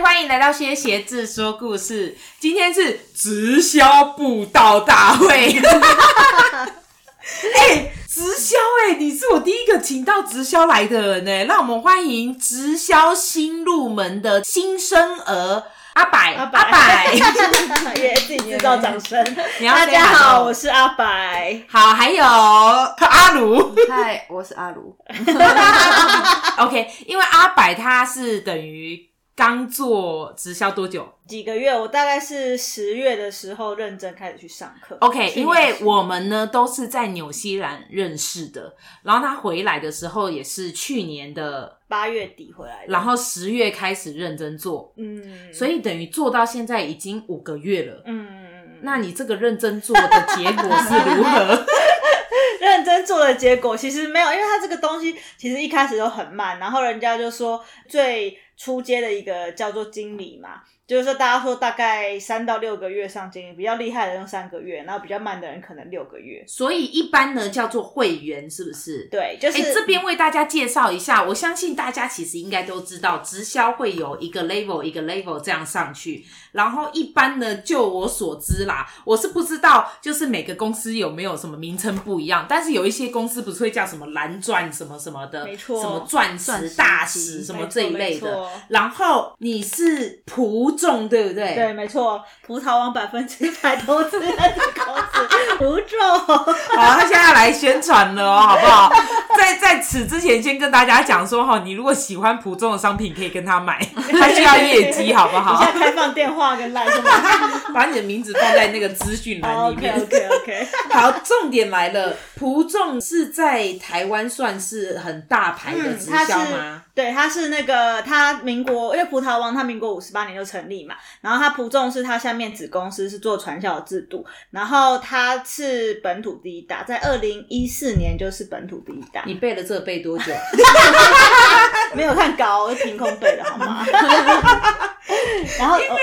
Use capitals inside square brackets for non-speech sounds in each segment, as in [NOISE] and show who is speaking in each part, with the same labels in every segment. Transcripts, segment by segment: Speaker 1: 欢迎来到薛鞋子说故事，今天是直销布道大会。 [LAUGHS] 哎、直销哎、你是我第一个请到直销来的人哎、让我们欢迎直销新入门的新生儿阿柏阿
Speaker 2: 柏
Speaker 1: 柏
Speaker 2: [LAUGHS] 也自己制造掌声。
Speaker 1: [LAUGHS] 你要
Speaker 2: 大
Speaker 1: say
Speaker 2: 家好，
Speaker 1: hello
Speaker 2: 我是阿白。
Speaker 1: 好，还有阿鲁。 [LAUGHS]
Speaker 3: [LAUGHS] 嗨，我是阿卢。
Speaker 1: OK，因为阿柏他是等于刚做直销多久
Speaker 2: 几个月，我大概是十月的时候认真开始去上课。
Speaker 1: ？OK，
Speaker 2: 去
Speaker 1: 因为
Speaker 2: 年十
Speaker 1: 我们呢都是在纽西兰认识的，然后他回来的时候也是去年的，
Speaker 2: 八月底回来的，
Speaker 1: 然后十月开始认真做，
Speaker 2: 嗯，
Speaker 1: 所以等于做到现在已经五个月了。
Speaker 2: 嗯，
Speaker 1: 那你这个认真做的结果是如何？
Speaker 2: 认真做的结果其实没有，因为它这个东西其实一开始都很慢，然后人家就说最初阶的一个叫做经理嘛，就是说大家说大概三到六个月上经理，比较厉害的用三个月，然后比较慢的人可能六个月。
Speaker 1: 所以一般呢叫做会员，是不是？
Speaker 2: 对，就是、
Speaker 1: 哎、这边为大家介绍一下，我相信大家其实应该都知道，直销会有一个 level 一个 level 这样上去。然后一般呢，就我所知啦，我是不知道，就是每个公司有没有什么名称不一样，但是有一些公司不是会叫什么蓝钻什么什么的，
Speaker 2: 没错
Speaker 1: 什么钻石
Speaker 3: 钻石
Speaker 1: 大
Speaker 3: 级
Speaker 1: 石什么
Speaker 2: 没
Speaker 1: 这
Speaker 2: 错
Speaker 1: 一类
Speaker 2: 没
Speaker 1: 的。
Speaker 2: 错
Speaker 1: 然后你是葡众，对不对？
Speaker 2: 对，没错，葡萄王百分之百投资那只公司，不
Speaker 1: [LAUGHS]
Speaker 2: 中。
Speaker 1: 好，他现在要来宣传了哦，好不好？ [LAUGHS] 在在此之前，先跟大家讲说哈，你如果喜欢普众的商品，可以跟他 [LAUGHS] 买，他需哎要业绩，好不
Speaker 2: [LAUGHS] 你
Speaker 1: 好
Speaker 2: 现？在开放电话跟赖是吗
Speaker 1: [LAUGHS] 把你的名字放在那个资讯栏里
Speaker 2: ？OK
Speaker 1: 面。
Speaker 2: OK OK，
Speaker 1: [LAUGHS] 好，重点来了，普众是在台湾算是很大牌的
Speaker 2: 嗯
Speaker 1: 直，
Speaker 2: 他
Speaker 1: 销
Speaker 2: 是
Speaker 1: 吗？
Speaker 2: 对，他是那个他民国，因为葡萄王他民国五十八年就成立嘛，然后他葡众是他下面子公司是做传销的制度，然后他是本土第一大，在二零一四年就是本土第一大，
Speaker 1: 你背了这个背 [LAUGHS] 多久？
Speaker 2: 没有看高，我是凭空背的
Speaker 1: [LAUGHS]
Speaker 2: 好吗？然后因为、呃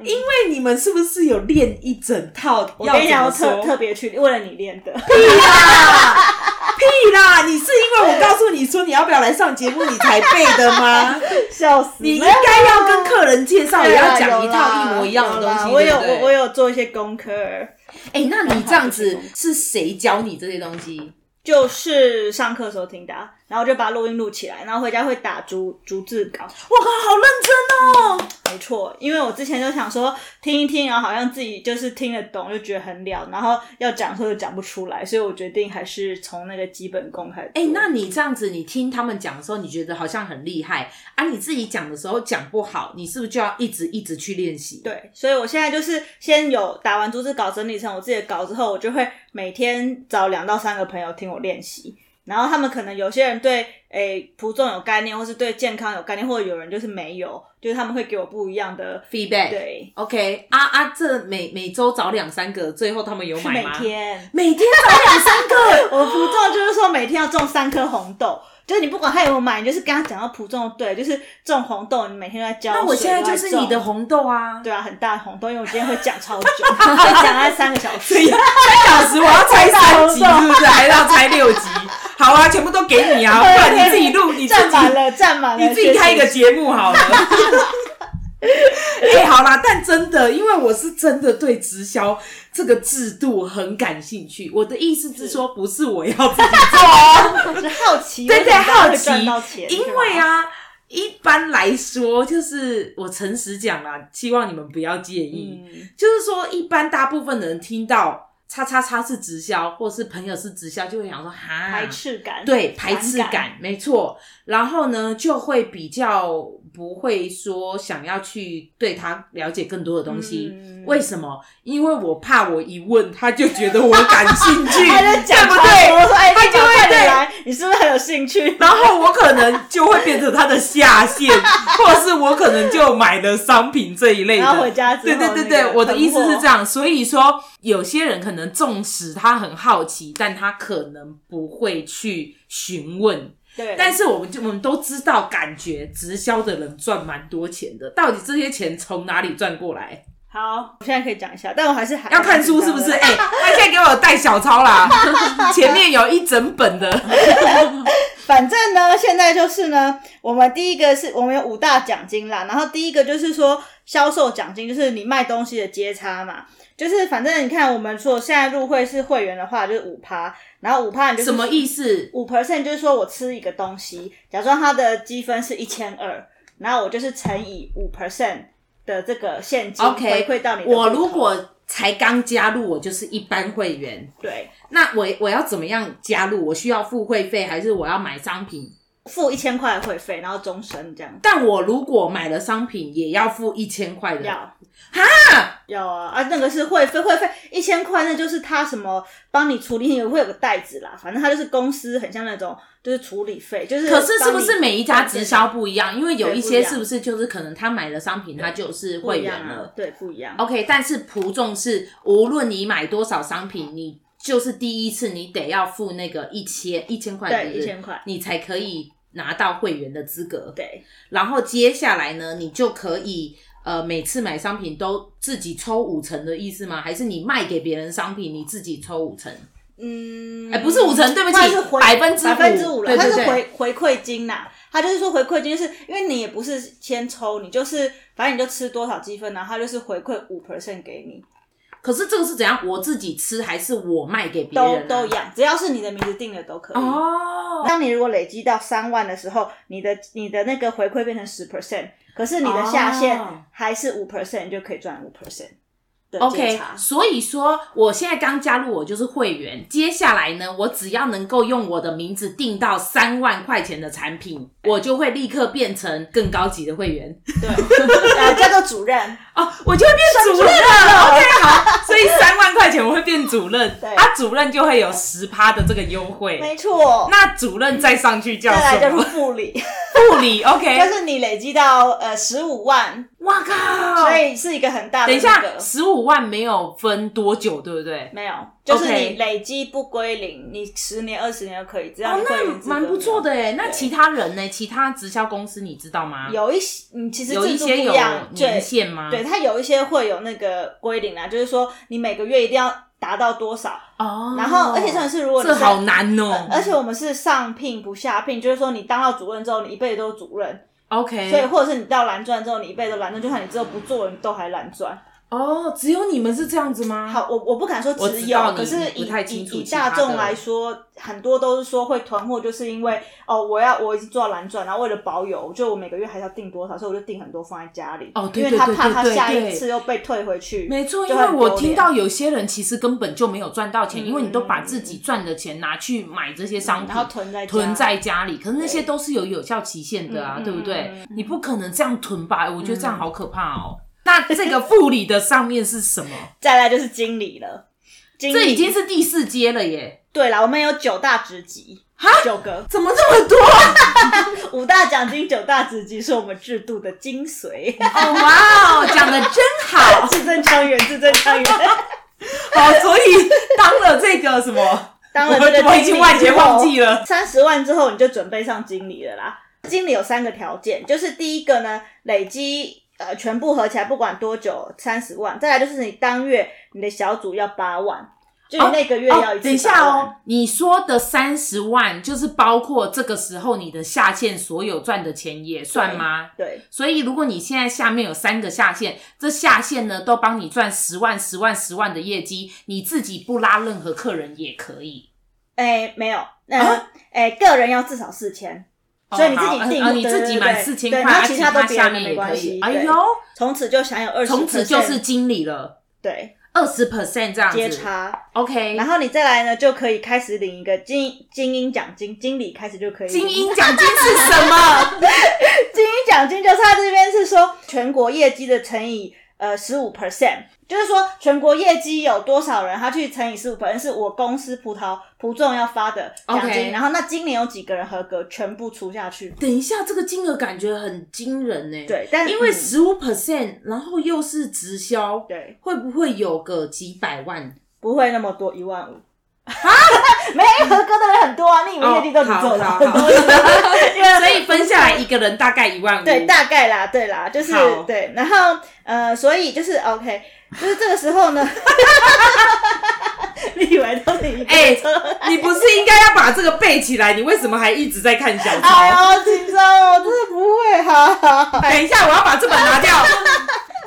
Speaker 2: 嗯
Speaker 1: 因为你们是不是有练一整套？
Speaker 2: 我跟你讲，
Speaker 1: 要
Speaker 2: 我
Speaker 1: 怎么
Speaker 2: 特
Speaker 1: 说
Speaker 2: 特别去为了你练的。
Speaker 1: 屁啦！你是因为我告诉你说你要不要来上节目，你才背的吗？
Speaker 2: 笑死！
Speaker 1: 你应
Speaker 2: 没有
Speaker 1: 该要跟客人介绍，也要讲一
Speaker 2: 有啦
Speaker 1: 套一模一样的东西。
Speaker 2: 有啦我有
Speaker 1: 对不对
Speaker 2: 我我。有做一些功课，
Speaker 1: 哎、那你这样子是谁教你这些东西？
Speaker 2: 就是上课的时候听的啊，然后就把录音录起来，然后回家会打逐逐字稿。
Speaker 1: 我靠，好认真哦！
Speaker 2: 没错，因为我之前就想说听一听，然后好像自己就是听得懂，就觉得很了，然后要讲的时候又讲不出来，所以我决定还是从那个基本功开始做。
Speaker 1: 哎、那你这样子，你听他们讲的时候，你觉得好像很厉害啊？你自己讲的时候讲不好，你是不是就要一直一直去练习？，
Speaker 2: 对，所以我现在就是先有打完逐字稿整理成我自己的稿之后，我就会每天找两到三个朋友听我练习。然后他们可能有些人对诶葡众有概念，或是对健康有概念，或者有人就是没有，就是他们会给我不一样的
Speaker 1: feedback。
Speaker 2: 对，
Speaker 1: ，OK，啊啊，这每每周找两三个，最后他们有
Speaker 2: 是
Speaker 1: 买
Speaker 2: 每
Speaker 1: 吗？
Speaker 2: 天。
Speaker 1: 每天找两三 [LAUGHS] 个，
Speaker 2: 我葡众就是说每天要种三颗红豆，就是你不管他有没有买，你就是跟他讲到葡众对，就是种红豆，你每天都在浇水。
Speaker 1: 哦那我现在就是你的
Speaker 2: 都在种
Speaker 1: 红豆啊！
Speaker 2: 对啊，很大的红豆，因为我今天会讲超久， [LAUGHS] 会讲了三个小时。
Speaker 1: 小时我要拆三
Speaker 2: [LAUGHS]
Speaker 1: 集，是不是？还要拆六集？好啊，全部都给你
Speaker 2: [LAUGHS]
Speaker 1: 啊，不然你自己录，你自
Speaker 2: 占满
Speaker 1: 己
Speaker 2: 了，占满了，
Speaker 1: 你自己开一个节目好了。 [LAUGHS] 哎、好啦，但真的，因为我是真的对直销这个制度很感兴趣。我的意思是说，不是我要自己做哦，
Speaker 2: 我是好奇，
Speaker 1: 对对，
Speaker 2: 为什么
Speaker 1: 好
Speaker 2: 他会
Speaker 1: 奇
Speaker 2: 赚到钱，，
Speaker 1: 因为
Speaker 2: 是吧，
Speaker 1: 啊，一般来说，就是我诚实讲啦，希望你们不要介意。
Speaker 2: 嗯，
Speaker 1: 就是说，一般大部分的人听到“叉叉叉”是直销，或是朋友是直销，就会想说“哈”，
Speaker 2: 排斥感，
Speaker 1: 啊
Speaker 2: [LAUGHS]
Speaker 1: 对排斥
Speaker 2: 反
Speaker 1: 感，没错。然后呢，就会比较不会说想要去对他了解更多的东西。
Speaker 2: 嗯
Speaker 1: 为什么？因为我怕我一问，他就觉得我感兴趣，
Speaker 2: [LAUGHS] 他就
Speaker 1: 对
Speaker 2: 讲
Speaker 1: 不
Speaker 2: 超多
Speaker 1: 对？
Speaker 2: 说哎，
Speaker 1: 他
Speaker 2: 你
Speaker 1: 就会
Speaker 2: 快
Speaker 1: 对
Speaker 2: 点来，你是不是很有兴趣？
Speaker 1: 然后我可能就会变成他的下
Speaker 2: [LAUGHS]
Speaker 1: 线，或是我可能就买了商品这一类的。
Speaker 2: 然后回家之
Speaker 1: 对
Speaker 2: 后，
Speaker 1: 对对对，我的意思是这，样，所以说有些人可能纵使他很好奇，但他可能不会去询问。
Speaker 2: 对，
Speaker 1: 但是我们就我们都知道，感觉直销的人赚蛮多钱的，到底这些钱从哪里赚过
Speaker 2: [LAUGHS]
Speaker 1: 来？
Speaker 2: 好，我现在可以讲一下，但我还是还
Speaker 1: 要看书是不哎是？
Speaker 2: [LAUGHS]
Speaker 1: 哎、他现在给我带小抄啦，前面有一整本的。
Speaker 2: 反正呢，现在就是呢，我们第一个是我们有五大奖金啦，然后第一个就是说销售奖金，就是你卖东西的接差嘛，就是反正你看我们说现在入会是会员的话就是五趴，然后五趴你就是
Speaker 1: 什么意思？
Speaker 2: 五 percent 就是说我吃一个东西，假装它的积分是一千二，然后我就是乘以五 percent 的这个现金
Speaker 1: OK，
Speaker 2: 回馈到你的户头。
Speaker 1: 我如果才刚加入，我就是一般会员，
Speaker 2: 对
Speaker 1: 那我我要怎么样加入？我需要付会费，还是我要买商品？
Speaker 2: 付一千块的会费，然后终身这样，
Speaker 1: 但我如果买了商品，也要付一千块的。
Speaker 2: 要要啊啊，那个是会费，会费一千块，那就是他什么帮你处理，也会有个袋子啦，反正他就是公司很像那种就是处理费，就是
Speaker 1: 可是是不
Speaker 2: 帮你
Speaker 1: 是每一家直销不一样？因为有一
Speaker 2: 对不一
Speaker 1: 些
Speaker 2: 样
Speaker 1: 是不是就是可能他买了商品，他就是
Speaker 2: 不
Speaker 1: 会
Speaker 2: 一
Speaker 1: 员
Speaker 2: 样
Speaker 1: 了
Speaker 2: 啊？。对，不一样。
Speaker 1: OK，但是普众是无论你买多少商品，你就是第一次你得要付那个一千一千块，
Speaker 2: 对
Speaker 1: 对不对
Speaker 2: 1000块
Speaker 1: 你才可以拿到会员的资格。
Speaker 2: 对
Speaker 1: 然后接下来呢，你就可以呃每次买商品都自己抽五成的意思吗？还是你卖给别人商品，你自己抽五成？
Speaker 2: 嗯，
Speaker 1: 哎不是五成对不起
Speaker 2: 它是回
Speaker 1: 百分之五
Speaker 2: 百分之五
Speaker 1: 对
Speaker 2: 了，
Speaker 1: 对
Speaker 2: 它是
Speaker 1: 对
Speaker 2: 回回馈金呐。它就是说回馈金，就是因为你也不是先抽，你就是反正你就吃多少积分，然后它就是回馈五 percent 给你，
Speaker 1: 可是这个是怎样？我自己吃还是我卖给别
Speaker 2: 都
Speaker 1: 人、啊？
Speaker 2: 都一样，只要是你的名字定的都可以。
Speaker 1: 哦，
Speaker 2: 当你如果累积到三万的时候，你的你的那个回馈变成十 percent，可是你的下限
Speaker 1: 哦
Speaker 2: 还是五 percent，你就可以赚五 percent 的阶
Speaker 1: OK， [LAUGHS]
Speaker 2: 差。
Speaker 1: 所以说我现在刚加入，我就是会员。接下来呢，我只要能够用我的名字订到三万块钱的产品，我就会立刻变成更高级的会
Speaker 2: [LAUGHS]
Speaker 1: 员
Speaker 2: 对，呃，叫做主任，
Speaker 1: 哦，我就会变主任了。OK，好，所以三万块钱我会变主任，
Speaker 2: [LAUGHS] 对
Speaker 1: 啊，主任就会有十趴的这个优惠。
Speaker 2: 没错。
Speaker 1: 那主任再上去叫
Speaker 2: 再来
Speaker 1: 什
Speaker 2: 就是
Speaker 1: 么？
Speaker 2: 副理，
Speaker 1: 护理
Speaker 2: [LAUGHS] 就
Speaker 1: OK，
Speaker 2: 是你累积到呃十五万，
Speaker 1: 哇靠！
Speaker 2: 所以是一个很大的、
Speaker 1: 哦等
Speaker 2: 那
Speaker 1: 一
Speaker 2: 个。
Speaker 1: 下，十五万没有分多久，对不对？
Speaker 2: 没有，就是你
Speaker 1: OK
Speaker 2: 累积不归零，你十年二十年都可以，只要
Speaker 1: 哦
Speaker 2: 你，会员
Speaker 1: 那
Speaker 2: 资格没有
Speaker 1: 蛮不错的。哎。那
Speaker 2: 对
Speaker 1: 其他人呢？其他直销公司你知道吗？
Speaker 2: 有一些，嗯，其实
Speaker 1: 有一
Speaker 2: 制度不
Speaker 1: 些
Speaker 2: 一
Speaker 1: 有
Speaker 2: 样，
Speaker 1: 年
Speaker 2: 对
Speaker 1: 限吗？
Speaker 2: 对，它有一些会有那个归零啊，就是说你每个月一定要达到多少，
Speaker 1: 哦，
Speaker 2: 然后而且重点是如果你
Speaker 1: 这
Speaker 2: 在
Speaker 1: 好难哦
Speaker 2: 呃。而且我们是上聘不下聘，就是说你当到主任之后，你一辈子都是主任，所以
Speaker 1: OK，
Speaker 2: 或者是你到蓝钻之后，你一辈子都蓝钻，就算你之后不做，你都还蓝钻。
Speaker 1: 哦，只有你们是这样子吗？
Speaker 2: 好，我我不敢说
Speaker 1: 啊我
Speaker 2: 只
Speaker 1: 知
Speaker 2: 有
Speaker 1: 道，你
Speaker 2: 可是以
Speaker 1: 不太清楚
Speaker 2: 以以
Speaker 1: 其他
Speaker 2: 大
Speaker 1: 的
Speaker 2: 众来说，很多都是说会囤货，就是因为哦，我要我已经做到蓝钻，然后为了保有，就我每个月还是要订多少，所以我就订很多放在家里，
Speaker 1: 哦对
Speaker 2: 因为他
Speaker 1: 对对
Speaker 2: 怕他
Speaker 1: 对对
Speaker 2: 下一
Speaker 1: 对
Speaker 2: 次又被退回去。
Speaker 1: 没错，
Speaker 2: 就
Speaker 1: 因
Speaker 2: 很
Speaker 1: 为我
Speaker 2: 丢
Speaker 1: 听
Speaker 2: 脸
Speaker 1: 到有些人其实根本就没有赚到钱，
Speaker 2: 嗯
Speaker 1: 因为你都把自己赚的钱拿去买这些商品，
Speaker 2: 然后囤在家
Speaker 1: 囤在家里，可是那些都是有有效期限的啊，
Speaker 2: 嗯
Speaker 1: 对不
Speaker 2: 嗯
Speaker 1: 对
Speaker 2: 嗯？
Speaker 1: 你不可能这样囤吧？我觉得这样好可怕哦。那这个副理的上面是
Speaker 2: [LAUGHS]
Speaker 1: 什么？
Speaker 2: 再来就是经理了，经理
Speaker 1: 这已经是第四阶了耶，
Speaker 2: 对了，我们有九大职级，九个
Speaker 1: 怎么这么多？
Speaker 2: 五大奖金，九大职级是我们制度的精髓。
Speaker 1: [LAUGHS] 哦哇哦，讲的真好
Speaker 2: 字正腔圆，字正
Speaker 1: [LAUGHS]
Speaker 2: 腔圆。
Speaker 1: 好，所以当了这个什
Speaker 2: [LAUGHS]
Speaker 1: 么，
Speaker 2: 当了这个
Speaker 1: 我我已经完全忘记了
Speaker 2: 三十万之后你就准备上经理了啦。经理有三个条件，就是第一个呢，累积呃全部合起来不管多久三十万，再来就是你当月你的小组要八万，就你那个月要一次、
Speaker 1: 哦等一下哦，，你说的三十万就是包括这个时候你的下线所有赚的钱也算吗？
Speaker 2: 对，
Speaker 1: 所以，如果你现在下面有三个下线，这下线呢都帮你赚十万、十万、十万的业绩，你自己不拉任何客人也可以。
Speaker 2: 哎、没有，那、
Speaker 1: 啊
Speaker 2: 哎、个人要至少四千。
Speaker 1: 哦
Speaker 2: 所以你自己
Speaker 1: 好呃
Speaker 2: 定
Speaker 1: 呃你
Speaker 2: 对
Speaker 1: 自
Speaker 2: 对
Speaker 1: 己
Speaker 2: 对
Speaker 1: 满
Speaker 2: 对
Speaker 1: 四千
Speaker 2: 对
Speaker 1: 块，
Speaker 2: 然后
Speaker 1: 啊
Speaker 2: 其
Speaker 1: 其
Speaker 2: 他都别
Speaker 1: 下
Speaker 2: 人的
Speaker 1: 面
Speaker 2: 没
Speaker 1: 也
Speaker 2: 关
Speaker 1: 可以
Speaker 2: 系。
Speaker 1: 哎
Speaker 2: 对
Speaker 1: 呦，
Speaker 2: 从此就享有二十，
Speaker 1: 从此就是经理了，
Speaker 2: 对
Speaker 1: 二十 percent 这样
Speaker 2: 接
Speaker 1: 子。哎
Speaker 2: 差，
Speaker 1: OK，
Speaker 2: 然后你再来呢，就可以开始领一个精精英奖金，经理开始就可以领
Speaker 1: 精英奖金是什么？
Speaker 2: 精英奖金，就是他这边是说全国业绩的乘以呃十五 percent，就是说全国业绩有多少人，他去乘以十五 percent 是我公司葡萄葡众要发的奖金
Speaker 1: OK
Speaker 2: 然后那今年有几个人合格，全部除下去。
Speaker 1: [LAUGHS] 等一下，这个金额感觉很惊人呢、，
Speaker 2: 对，但
Speaker 1: 因为
Speaker 2: 嗯
Speaker 1: 十五 percent，然后又是直销，
Speaker 2: 对
Speaker 1: 会不会有个几百万？
Speaker 2: 不会那么多一万五。 [LAUGHS] 没有合格的人很多啊，你以为业绩都你做的啊、
Speaker 1: 哦好好好
Speaker 2: [LAUGHS] 因为
Speaker 1: 所以分下来一个人大概一万五。
Speaker 2: [LAUGHS] 对，大概啦，对啦，就是
Speaker 1: 好
Speaker 2: 对，然后呃，所以就是 OK，就是这个时候呢， [LAUGHS] 你以为都是一个
Speaker 1: 哎
Speaker 2: 车？
Speaker 1: [LAUGHS] 你不是应该要把这个背起来？你为什么还一直在看小
Speaker 2: [LAUGHS] 哎
Speaker 1: 抄？
Speaker 2: 呦，紧张哦，真的不会哈。
Speaker 1: 等一下，我要把这本拿掉。
Speaker 2: [LAUGHS]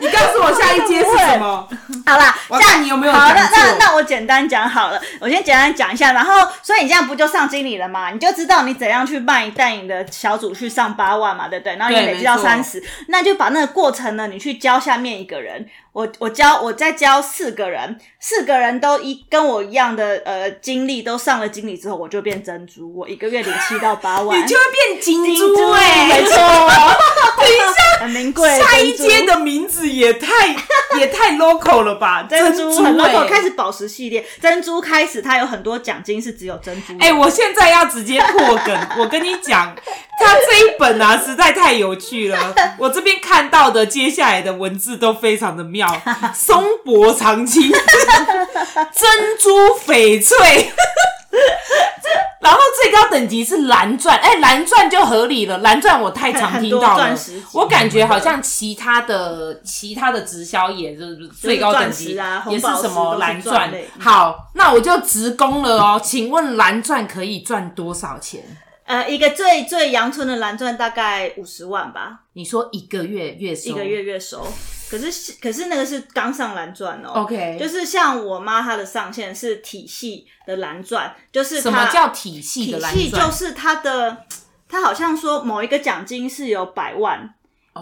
Speaker 1: 你告诉我下一阶是什么？
Speaker 2: 好啦，
Speaker 1: 我
Speaker 2: 这样
Speaker 1: 看你有没有
Speaker 2: 好，那
Speaker 1: 讲
Speaker 2: 那
Speaker 1: 错
Speaker 2: 那我简单讲好了，我先简单讲一下，然后所以你这样不就上经理了嘛？你就知道你怎样去卖带你的小组去上八万嘛，对不对？然后你
Speaker 1: 对
Speaker 2: 累积到
Speaker 1: 没错
Speaker 2: 三十，那就把那个过程呢，你去教下面一个人。我我教我再教四个人，四个人都一跟我一样的呃经历，都上了经理之后，我就变珍珠，我一个月领七到八万，
Speaker 1: 你就会变金
Speaker 2: 珍
Speaker 1: 猪哎、
Speaker 2: 没错，
Speaker 1: [LAUGHS]
Speaker 2: 很名贵的珍珠。
Speaker 1: 下一阶的名字也太也太 local 了吧？
Speaker 2: [LAUGHS] 珍珠很 local，
Speaker 1: 哎
Speaker 2: 开始宝石系列，珍珠开始它有很多奖金是只有珍珠的。
Speaker 1: 哎、我现在要直接破
Speaker 2: [LAUGHS]
Speaker 1: 梗，我跟你讲，他这一本啊实在太有趣了。我这边看到的接下来的文字都非常的
Speaker 2: [LAUGHS]
Speaker 1: 妙，松柏长青，珍珠翡
Speaker 2: [LAUGHS]
Speaker 1: 翠。然后最高等级是蓝钻，哎、蓝钻就合理了，蓝钻我太常
Speaker 2: 很
Speaker 1: 听
Speaker 2: 多
Speaker 1: 到了
Speaker 2: 钻石级，
Speaker 1: 我感觉好像其他的其他的直销也就是最高等级
Speaker 2: 钻石啊
Speaker 1: 也是
Speaker 2: 红宝石
Speaker 1: 什么
Speaker 2: 都是
Speaker 1: 蓝
Speaker 2: 钻
Speaker 1: 钻
Speaker 2: 类，嗯
Speaker 1: 好，那我就直攻了哦。请问蓝钻可以赚多少钱？
Speaker 2: 呃，一个最最阳春的蓝钻大概五十万吧，
Speaker 1: 你说一个月月收
Speaker 2: 一个月月收。可是可是那个是刚上蓝钻哦。
Speaker 1: ，OK，
Speaker 2: 就是像我妈她的上限是体系的蓝钻，就是
Speaker 1: 什么
Speaker 2: 她
Speaker 1: 叫体系的
Speaker 2: 体
Speaker 1: 蓝
Speaker 2: 系就
Speaker 1: 钻？
Speaker 2: 是她的，她好像说某一个奖金是有百万，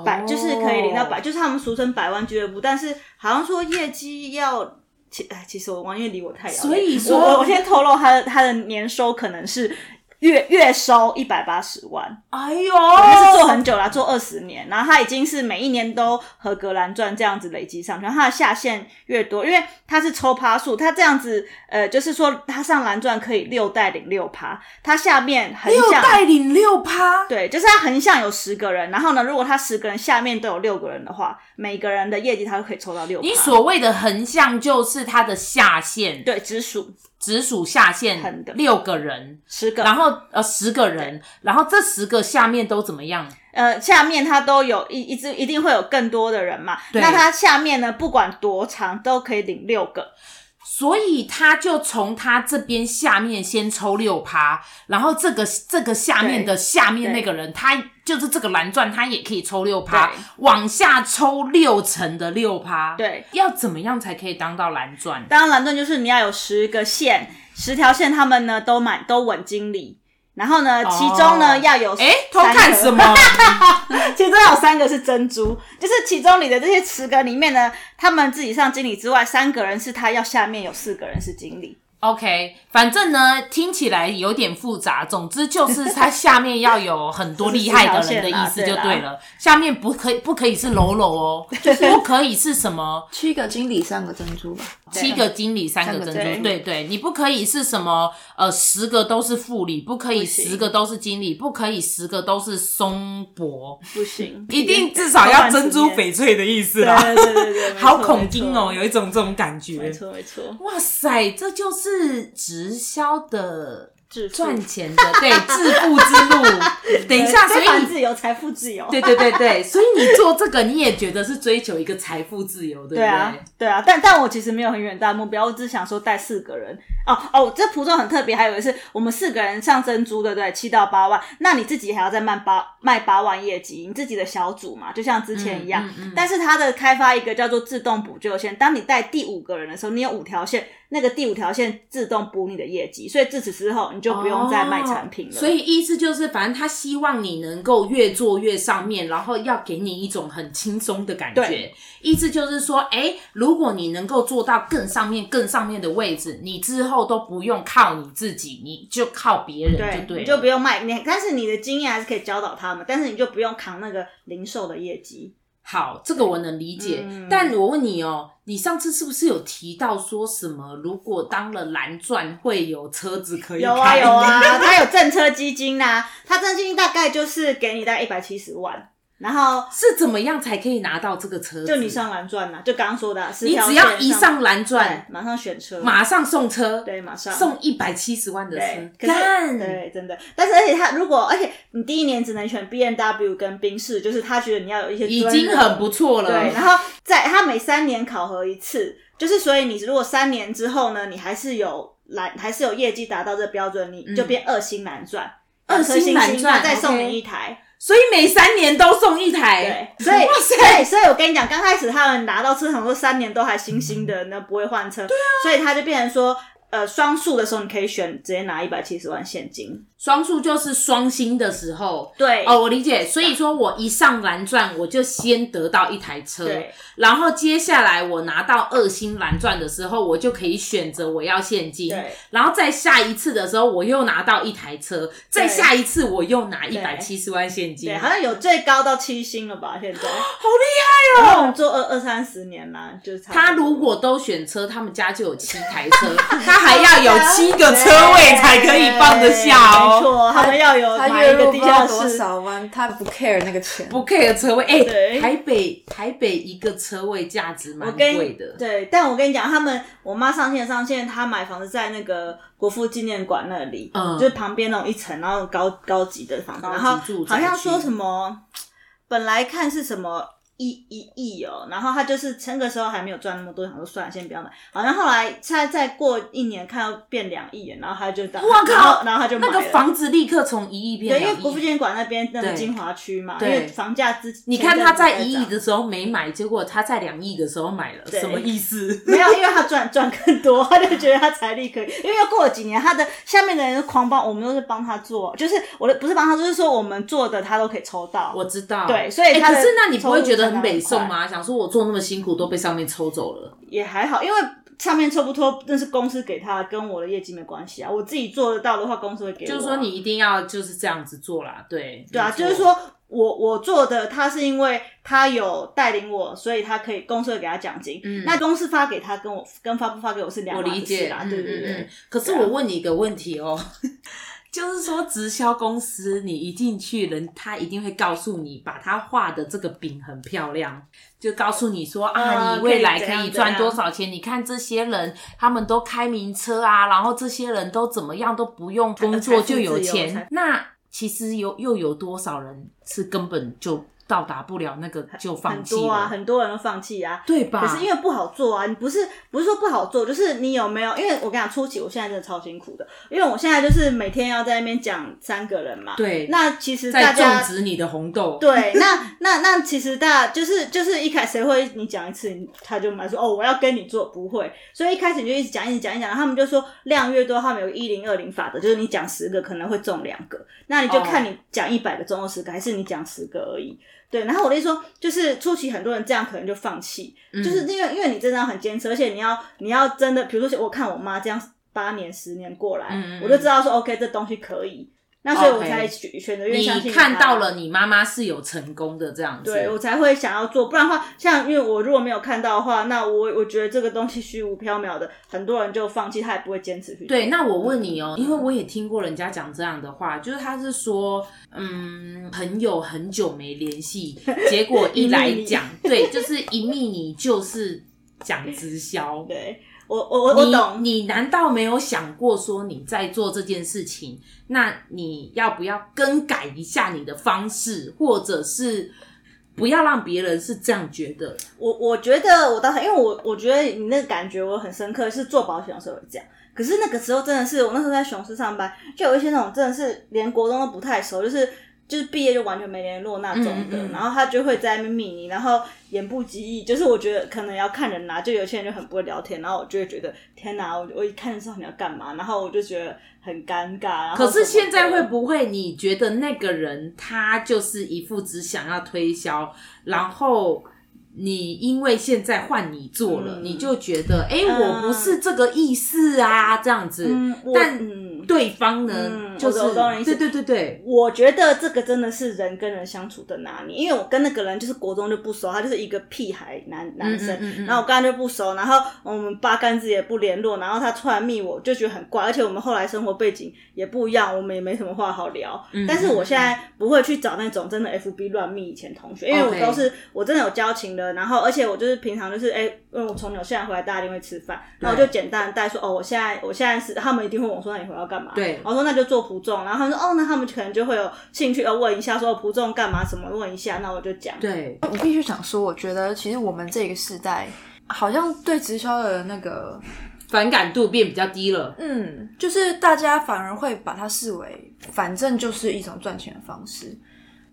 Speaker 2: 百、就是可以领到百，
Speaker 1: 哦。
Speaker 2: 就是他们俗称百万俱乐部，但是好像说业绩要。其哎，其实我王月离我太遥远，
Speaker 1: 所以说
Speaker 2: 我我我先透露他的他的年收可能是月月收一百八十万，
Speaker 1: 哎呦，
Speaker 2: 他是做很久了，做二十年，然后他已经是每一年都合格蓝钻这样子累积上去，然后他的下限越多，因为他是抽趴数，他这样子呃，就是说他上蓝钻可以六代领六趴，他下面横
Speaker 1: 六
Speaker 2: 向
Speaker 1: 带领六趴，
Speaker 2: 对，就是它横向有十个人，然后呢，如果它十个人下面都有六个人的话，每个人的业绩他都可以抽到六。
Speaker 1: 你所谓的横向就是它的下限，
Speaker 2: 对直属
Speaker 1: 直属下
Speaker 2: 横
Speaker 1: 限
Speaker 2: 的
Speaker 1: 六个人，
Speaker 2: 十个，
Speaker 1: 然后呃十个人，然后这十个下面都怎么样？
Speaker 2: 呃，下面它都有一一直一定会有更多的人嘛。
Speaker 1: 对
Speaker 2: 那它下面呢，不管多长都可以领六个。
Speaker 1: 所以他就从他这边下面先抽六趴，然后这个这个下面的下面那个人，他就是这个蓝钻，他也可以抽六趴
Speaker 2: 对，
Speaker 1: 往下抽六成的六趴。，
Speaker 2: 对，
Speaker 1: 要怎么样才可以当到蓝钻？
Speaker 2: 当然蓝钻就是你要有十个线，十条线他们呢都满都稳经理。然后呢，其中呢、
Speaker 1: 哦
Speaker 2: 要有
Speaker 1: 哎、偷
Speaker 2: 三个
Speaker 1: 看什么？
Speaker 2: [LAUGHS] 其中有三个是珍珠，就是其中你的这些十个里面呢，他们自己上经理之外，三个人是他要下面有四个人是经理。
Speaker 1: [LAUGHS] OK，反正呢听起来有点复杂，总之就是它下面要有很多厉害的人的意思就
Speaker 2: [LAUGHS]
Speaker 1: 对了。下面不可以不可以是喽喽哦，就是不可以是什么
Speaker 3: 七个经理，三个珍珠吧。
Speaker 1: 七个经理，三个珍
Speaker 3: 三个
Speaker 1: 珠，
Speaker 3: 珍珠
Speaker 1: 对对，你不可以是什么呃，十个都是副理，不可以
Speaker 2: 不行
Speaker 1: 十个都是经理，不可以十个都是松
Speaker 2: [LAUGHS]
Speaker 1: 柏，
Speaker 2: 不行，
Speaker 1: 一定至少要珍珠翡翠的意思
Speaker 2: 对
Speaker 1: 啦，
Speaker 2: 对 [LAUGHS] 对对对，没错
Speaker 1: [LAUGHS] 好恐惊哦，，有
Speaker 2: 没
Speaker 1: 一种这种感
Speaker 2: 错
Speaker 1: 觉。
Speaker 2: 没错没错，
Speaker 1: 哇塞，这就是直销的
Speaker 2: 致富
Speaker 1: 赚钱的，
Speaker 2: [LAUGHS]
Speaker 1: 对，致富之路。等一下，所
Speaker 2: 对
Speaker 1: 以
Speaker 2: [LAUGHS] 非凡
Speaker 1: 你
Speaker 2: 自由，财富自由，
Speaker 1: 对对对对，所以你做这个，你也觉得是追求一个财富自由，对不对？
Speaker 2: 对啊，对啊，但但我其实没有很远大的目标，我只想说带四个人。哦哦，这葡萄很特别，还有一次我们四个人上珍珠，对不对？七到八万，那你自己还要再卖八卖八万业绩，你自己的小组嘛，就像之前一样。
Speaker 1: 嗯嗯嗯
Speaker 2: 但是它的开发一个叫做自动补救线，当你带第五个人的时候，你有五条线，那个第五条线自动补你的业绩，所以自此之后你就不用再卖产品了。
Speaker 1: 哦所以意思就是，反正他希望你能够越做越上面，然后要给你一种很轻松的感觉
Speaker 2: 对。
Speaker 1: 意思就是说，哎、如果你能够做到更上面、更上面的位置，你之后都不用靠你自己，你就靠别人就对
Speaker 2: 你
Speaker 1: 了。
Speaker 2: 就不用卖你，但是你的经验还是可以教导他们，但是你就不用扛那个零售的业绩。
Speaker 1: 好，这个我能理解。
Speaker 2: 嗯
Speaker 1: 但我问你哦，你上次是不是有提到说什么？如果当了蓝钻，会有车子可以
Speaker 2: 有啊
Speaker 1: 开
Speaker 2: 有，啊，他有政策基金呐、 [LAUGHS] 他政策基金大概就是给你大概一百七十万，然后
Speaker 1: 是怎么样才可以拿到这个车子？
Speaker 2: 就你上蓝钻呐、就刚刚说的、啊，
Speaker 1: 你只要一上蓝钻
Speaker 2: 钻，，马上选车，
Speaker 1: 马上送车，
Speaker 2: 对马上
Speaker 1: 送一百七十万的
Speaker 2: 对
Speaker 1: 车，，
Speaker 2: 可是
Speaker 1: 干
Speaker 2: 对真的，但是而且他如果而且你第一年只能选 B N W 跟宾士，就是他觉得你要有一些
Speaker 1: 已
Speaker 2: 专
Speaker 1: 经
Speaker 2: 人
Speaker 1: 很不错了
Speaker 2: 对，。然后在他每三年考核一次，就是所以你如果三年之后呢，你还是有来，还是有业绩达到这标准，你就变二星蓝钻，
Speaker 1: 嗯二
Speaker 2: 颗星
Speaker 1: 星蓝
Speaker 2: 星那
Speaker 1: 钻
Speaker 2: 再送
Speaker 1: OK
Speaker 2: 你一台。
Speaker 1: 所以每三年都送一台，
Speaker 2: 对，所以
Speaker 1: 哇塞
Speaker 2: [LAUGHS] 对，所以我跟你讲，刚开始他们拿到车，很多三年都还新新的，那不会换车，对啊，所以他就变成说，呃，双数的时候你可以选直接拿一百七十万现金，
Speaker 1: 双数就是双薪的时候。
Speaker 2: 对，
Speaker 1: 哦，我理解。所以说我一上蓝钻，我就先得到一台车，
Speaker 2: 对，
Speaker 1: 然后接下来我拿到二星蓝钻的时候，我就可以选择我要现金，
Speaker 2: 对，
Speaker 1: 然后再下一次的时候，我又拿到一台车，再下一次我又拿一
Speaker 2: 对
Speaker 1: 百七十万现金，
Speaker 2: 对，
Speaker 1: 好
Speaker 2: 好像有最高到七星了吧？现在，
Speaker 1: 厉
Speaker 2: 然后我们做二二三十年啦，就是差
Speaker 1: 害！
Speaker 2: 不多
Speaker 1: 他如果都选车，他们家就有七台车，他还要有七
Speaker 2: [LAUGHS]
Speaker 1: 个车位才可以放得下
Speaker 2: 没
Speaker 1: 哦。
Speaker 2: 错，他们要有
Speaker 3: 他
Speaker 2: 买
Speaker 3: 月
Speaker 2: 一个
Speaker 3: 入不
Speaker 2: 地
Speaker 3: 知
Speaker 2: 下
Speaker 3: 道多
Speaker 2: 室，
Speaker 3: 少万，他不 care 那个钱。
Speaker 1: 不 care 车位，哎、
Speaker 2: 对
Speaker 1: 台北台北一个车位价值蛮
Speaker 2: 我跟
Speaker 1: 贵的，
Speaker 2: 对，但我跟你讲，他们我妈上线上线，她买房子在那个国父纪念馆那里，
Speaker 1: 嗯
Speaker 2: 就是旁边那种一层，然后高高级的房子，
Speaker 1: 高级
Speaker 2: 然后
Speaker 1: 住宅
Speaker 2: 好像
Speaker 1: 区
Speaker 2: 说什么，本来看是什么。一一亿哦，然后她就是那个时候还没有赚那么多，想说算了，先不要买。好像后来现在再过一年，看到变两亿了，然后她就当，
Speaker 1: 哇靠
Speaker 2: 然后然后她就买
Speaker 1: 那
Speaker 2: 了
Speaker 1: 个房子立刻从一亿变
Speaker 2: 对，因为
Speaker 1: 两
Speaker 2: 国父纪
Speaker 1: 亿。
Speaker 2: 念馆那边那个
Speaker 1: 对
Speaker 2: 精华区嘛，因
Speaker 1: 对
Speaker 2: 为房价之
Speaker 1: 你看他在一亿
Speaker 2: 的，
Speaker 1: 的时候没买，结果他在两亿的时候买了，
Speaker 2: 对
Speaker 1: 什么意思？ [LAUGHS]
Speaker 2: 没有，因为他赚赚更多，他就觉得他财力可以。因为又过了几年，他的下面的人狂帮，我们都是帮他做，就是我的不是帮他，就是说我们做的他都可以抽到。
Speaker 1: 我知道，
Speaker 2: 对所以
Speaker 1: 哎
Speaker 2: 他的
Speaker 1: 可是那你不会觉得很
Speaker 2: 收入增长
Speaker 1: 北宋吗？想说我做那么辛苦都被上面抽走了，
Speaker 2: 也还好，因为上面抽不抽那是公司给他，跟我的业绩没关系啊。我自己做得到的话，公司会给我啊。
Speaker 1: 就是说你一定要就是这样子做啦，对，
Speaker 2: 对啊，
Speaker 1: 没错
Speaker 2: 就是说我我做的，他是因为他有带领我，所以他可以公司会给他奖金。
Speaker 1: 嗯
Speaker 2: 那公司发给他跟我跟发不发给我是两
Speaker 1: 我
Speaker 2: 码
Speaker 1: 理
Speaker 2: 子
Speaker 1: 解
Speaker 2: 事啦，
Speaker 1: 嗯
Speaker 2: 对对对。啊
Speaker 1: 嗯嗯。可是我问你一个问题哦， [LAUGHS] 就是说直销公司你一进去，人他一定会告诉你，把他画的这个饼很漂亮，就告诉你说啊，
Speaker 2: 嗯
Speaker 1: 你未来
Speaker 2: 可以
Speaker 1: 可
Speaker 2: 怎样
Speaker 1: 以赚多少钱？你看这些人，他们都开名车啊，然后这些人都怎么样都不用工作
Speaker 2: 财富
Speaker 1: 就有
Speaker 2: 自由
Speaker 1: 钱
Speaker 2: 财，
Speaker 1: 那其实有又有多少人是根本就到达不了那个就
Speaker 2: 很
Speaker 1: 放弃
Speaker 2: 多
Speaker 1: 了，
Speaker 2: 啊，很多人都放弃啊，
Speaker 1: 对吧？
Speaker 2: 可是因为不好做啊，你不是不是说不好做，就是你有没有？因为我跟你讲，初期我现在真的超辛苦的，因为我现在就是每天要在那边讲三个人嘛。。
Speaker 1: 对，
Speaker 2: 那其实大
Speaker 1: 在种
Speaker 2: 家
Speaker 1: 植你的红豆，
Speaker 2: 对，那那那其实大就是就是一开始谁会你讲一次，你他就买说哦我要跟你做，不会，所以一开始你就一直讲一直讲一直讲，然后他们就说量越多，他们有一零二零法则，就是你讲十个可能会中两个，那你就
Speaker 1: 哦
Speaker 2: 看你讲一百个中二十个，还是你讲十个而已。对，然后我的意思说，就是初期很多人这样可能就放弃，
Speaker 1: 嗯
Speaker 2: 就是因为因为你真的要很坚持，而且你要你要真的，比如说我看我妈这样八年十年过来，
Speaker 1: 嗯嗯嗯哦
Speaker 2: 我就知道说 OK 这东西可以，那所以我
Speaker 1: OK
Speaker 2: 才选选择愿意相
Speaker 1: 你
Speaker 2: 信
Speaker 1: 看
Speaker 2: 她
Speaker 1: 到了，你妈妈是有成功的这样子，
Speaker 2: 对我才会想要做，不然的话，像因为我如果没有看到的话，那我我觉得这个东西虚无缥缈的，很多人就放弃，他也不会坚持去做。
Speaker 1: 对，那我问你哦，因为我也听过人家讲这样的话，就是他是说，嗯，朋友很久没联
Speaker 2: [LAUGHS]
Speaker 1: 系，结果一来讲，对，就是一密你就是讲直销。
Speaker 2: 对我我我我懂，
Speaker 1: 你，你难道没有想过说你在做这件事情，那你要不要更改一下你的方式，或者是不要让别人是这样觉得？
Speaker 2: 我我觉得我当时，因为我我觉得你那个感觉我很深刻，是做保险的时候有这样。可是那个时候真的是，我那时候在雄狮上班，就有一些那种真的是连国中都不太熟，就是就是毕业就完全没联络那种的。
Speaker 1: 嗯嗯嗯
Speaker 2: 然后他就会在那边密你，然后言不及义，就是我觉得可能要看人啦、就有些人就很不会聊天，然后我就会觉得天哪，我我一看就知道你要干嘛，然后我就觉得很尴尬。然后
Speaker 1: 可是
Speaker 2: 什么
Speaker 1: 现在
Speaker 2: 的
Speaker 1: 会不会？你觉得那个人他就是一副只想要推销，然后你因为现在换你做了，
Speaker 2: 嗯
Speaker 1: 你就觉得哎、诶
Speaker 2: 嗯
Speaker 1: 我不是这个意思啊，这样子。
Speaker 2: 嗯，我
Speaker 1: 但
Speaker 2: 嗯。
Speaker 1: 对方呢，
Speaker 2: 嗯
Speaker 1: 就是
Speaker 2: 我懂我懂你意思
Speaker 1: 对对对对，
Speaker 2: 我觉得这个真的是人跟人相处的拿捏，因为我跟那个人就是国中就不熟，他就是一个屁孩男男生，
Speaker 1: 嗯嗯嗯嗯
Speaker 2: 然后我跟他就不熟，然后我们八竿子也不联络，然后他突然密我，就觉得很怪，而且我们后来生活背景也不一样，我们也没什么话好聊。
Speaker 1: 嗯
Speaker 2: 但是我现在不会去找那种真的 FB 乱密以前同学，因为我
Speaker 1: OK
Speaker 2: 都是我真的有交情的，然后而且我就是平常就是哎、因为我从纽西兰回来，大家一定会吃饭，然后我就简单地带说哦，我现在我现在是他们一定会问我说那你回来要干嘛？
Speaker 1: 对
Speaker 2: 我说那就做葡种，然后他们说哦，那他们可能就会有兴趣要问一下说葡种干嘛什么问一下，那我就讲。
Speaker 1: 对，
Speaker 3: 我必须想说，我觉得其实我们这个时代，好像对直销的那个，
Speaker 1: 反感度变比较低了。
Speaker 3: 嗯，就是大家反而会把它视为，反正就是一种赚钱的方式。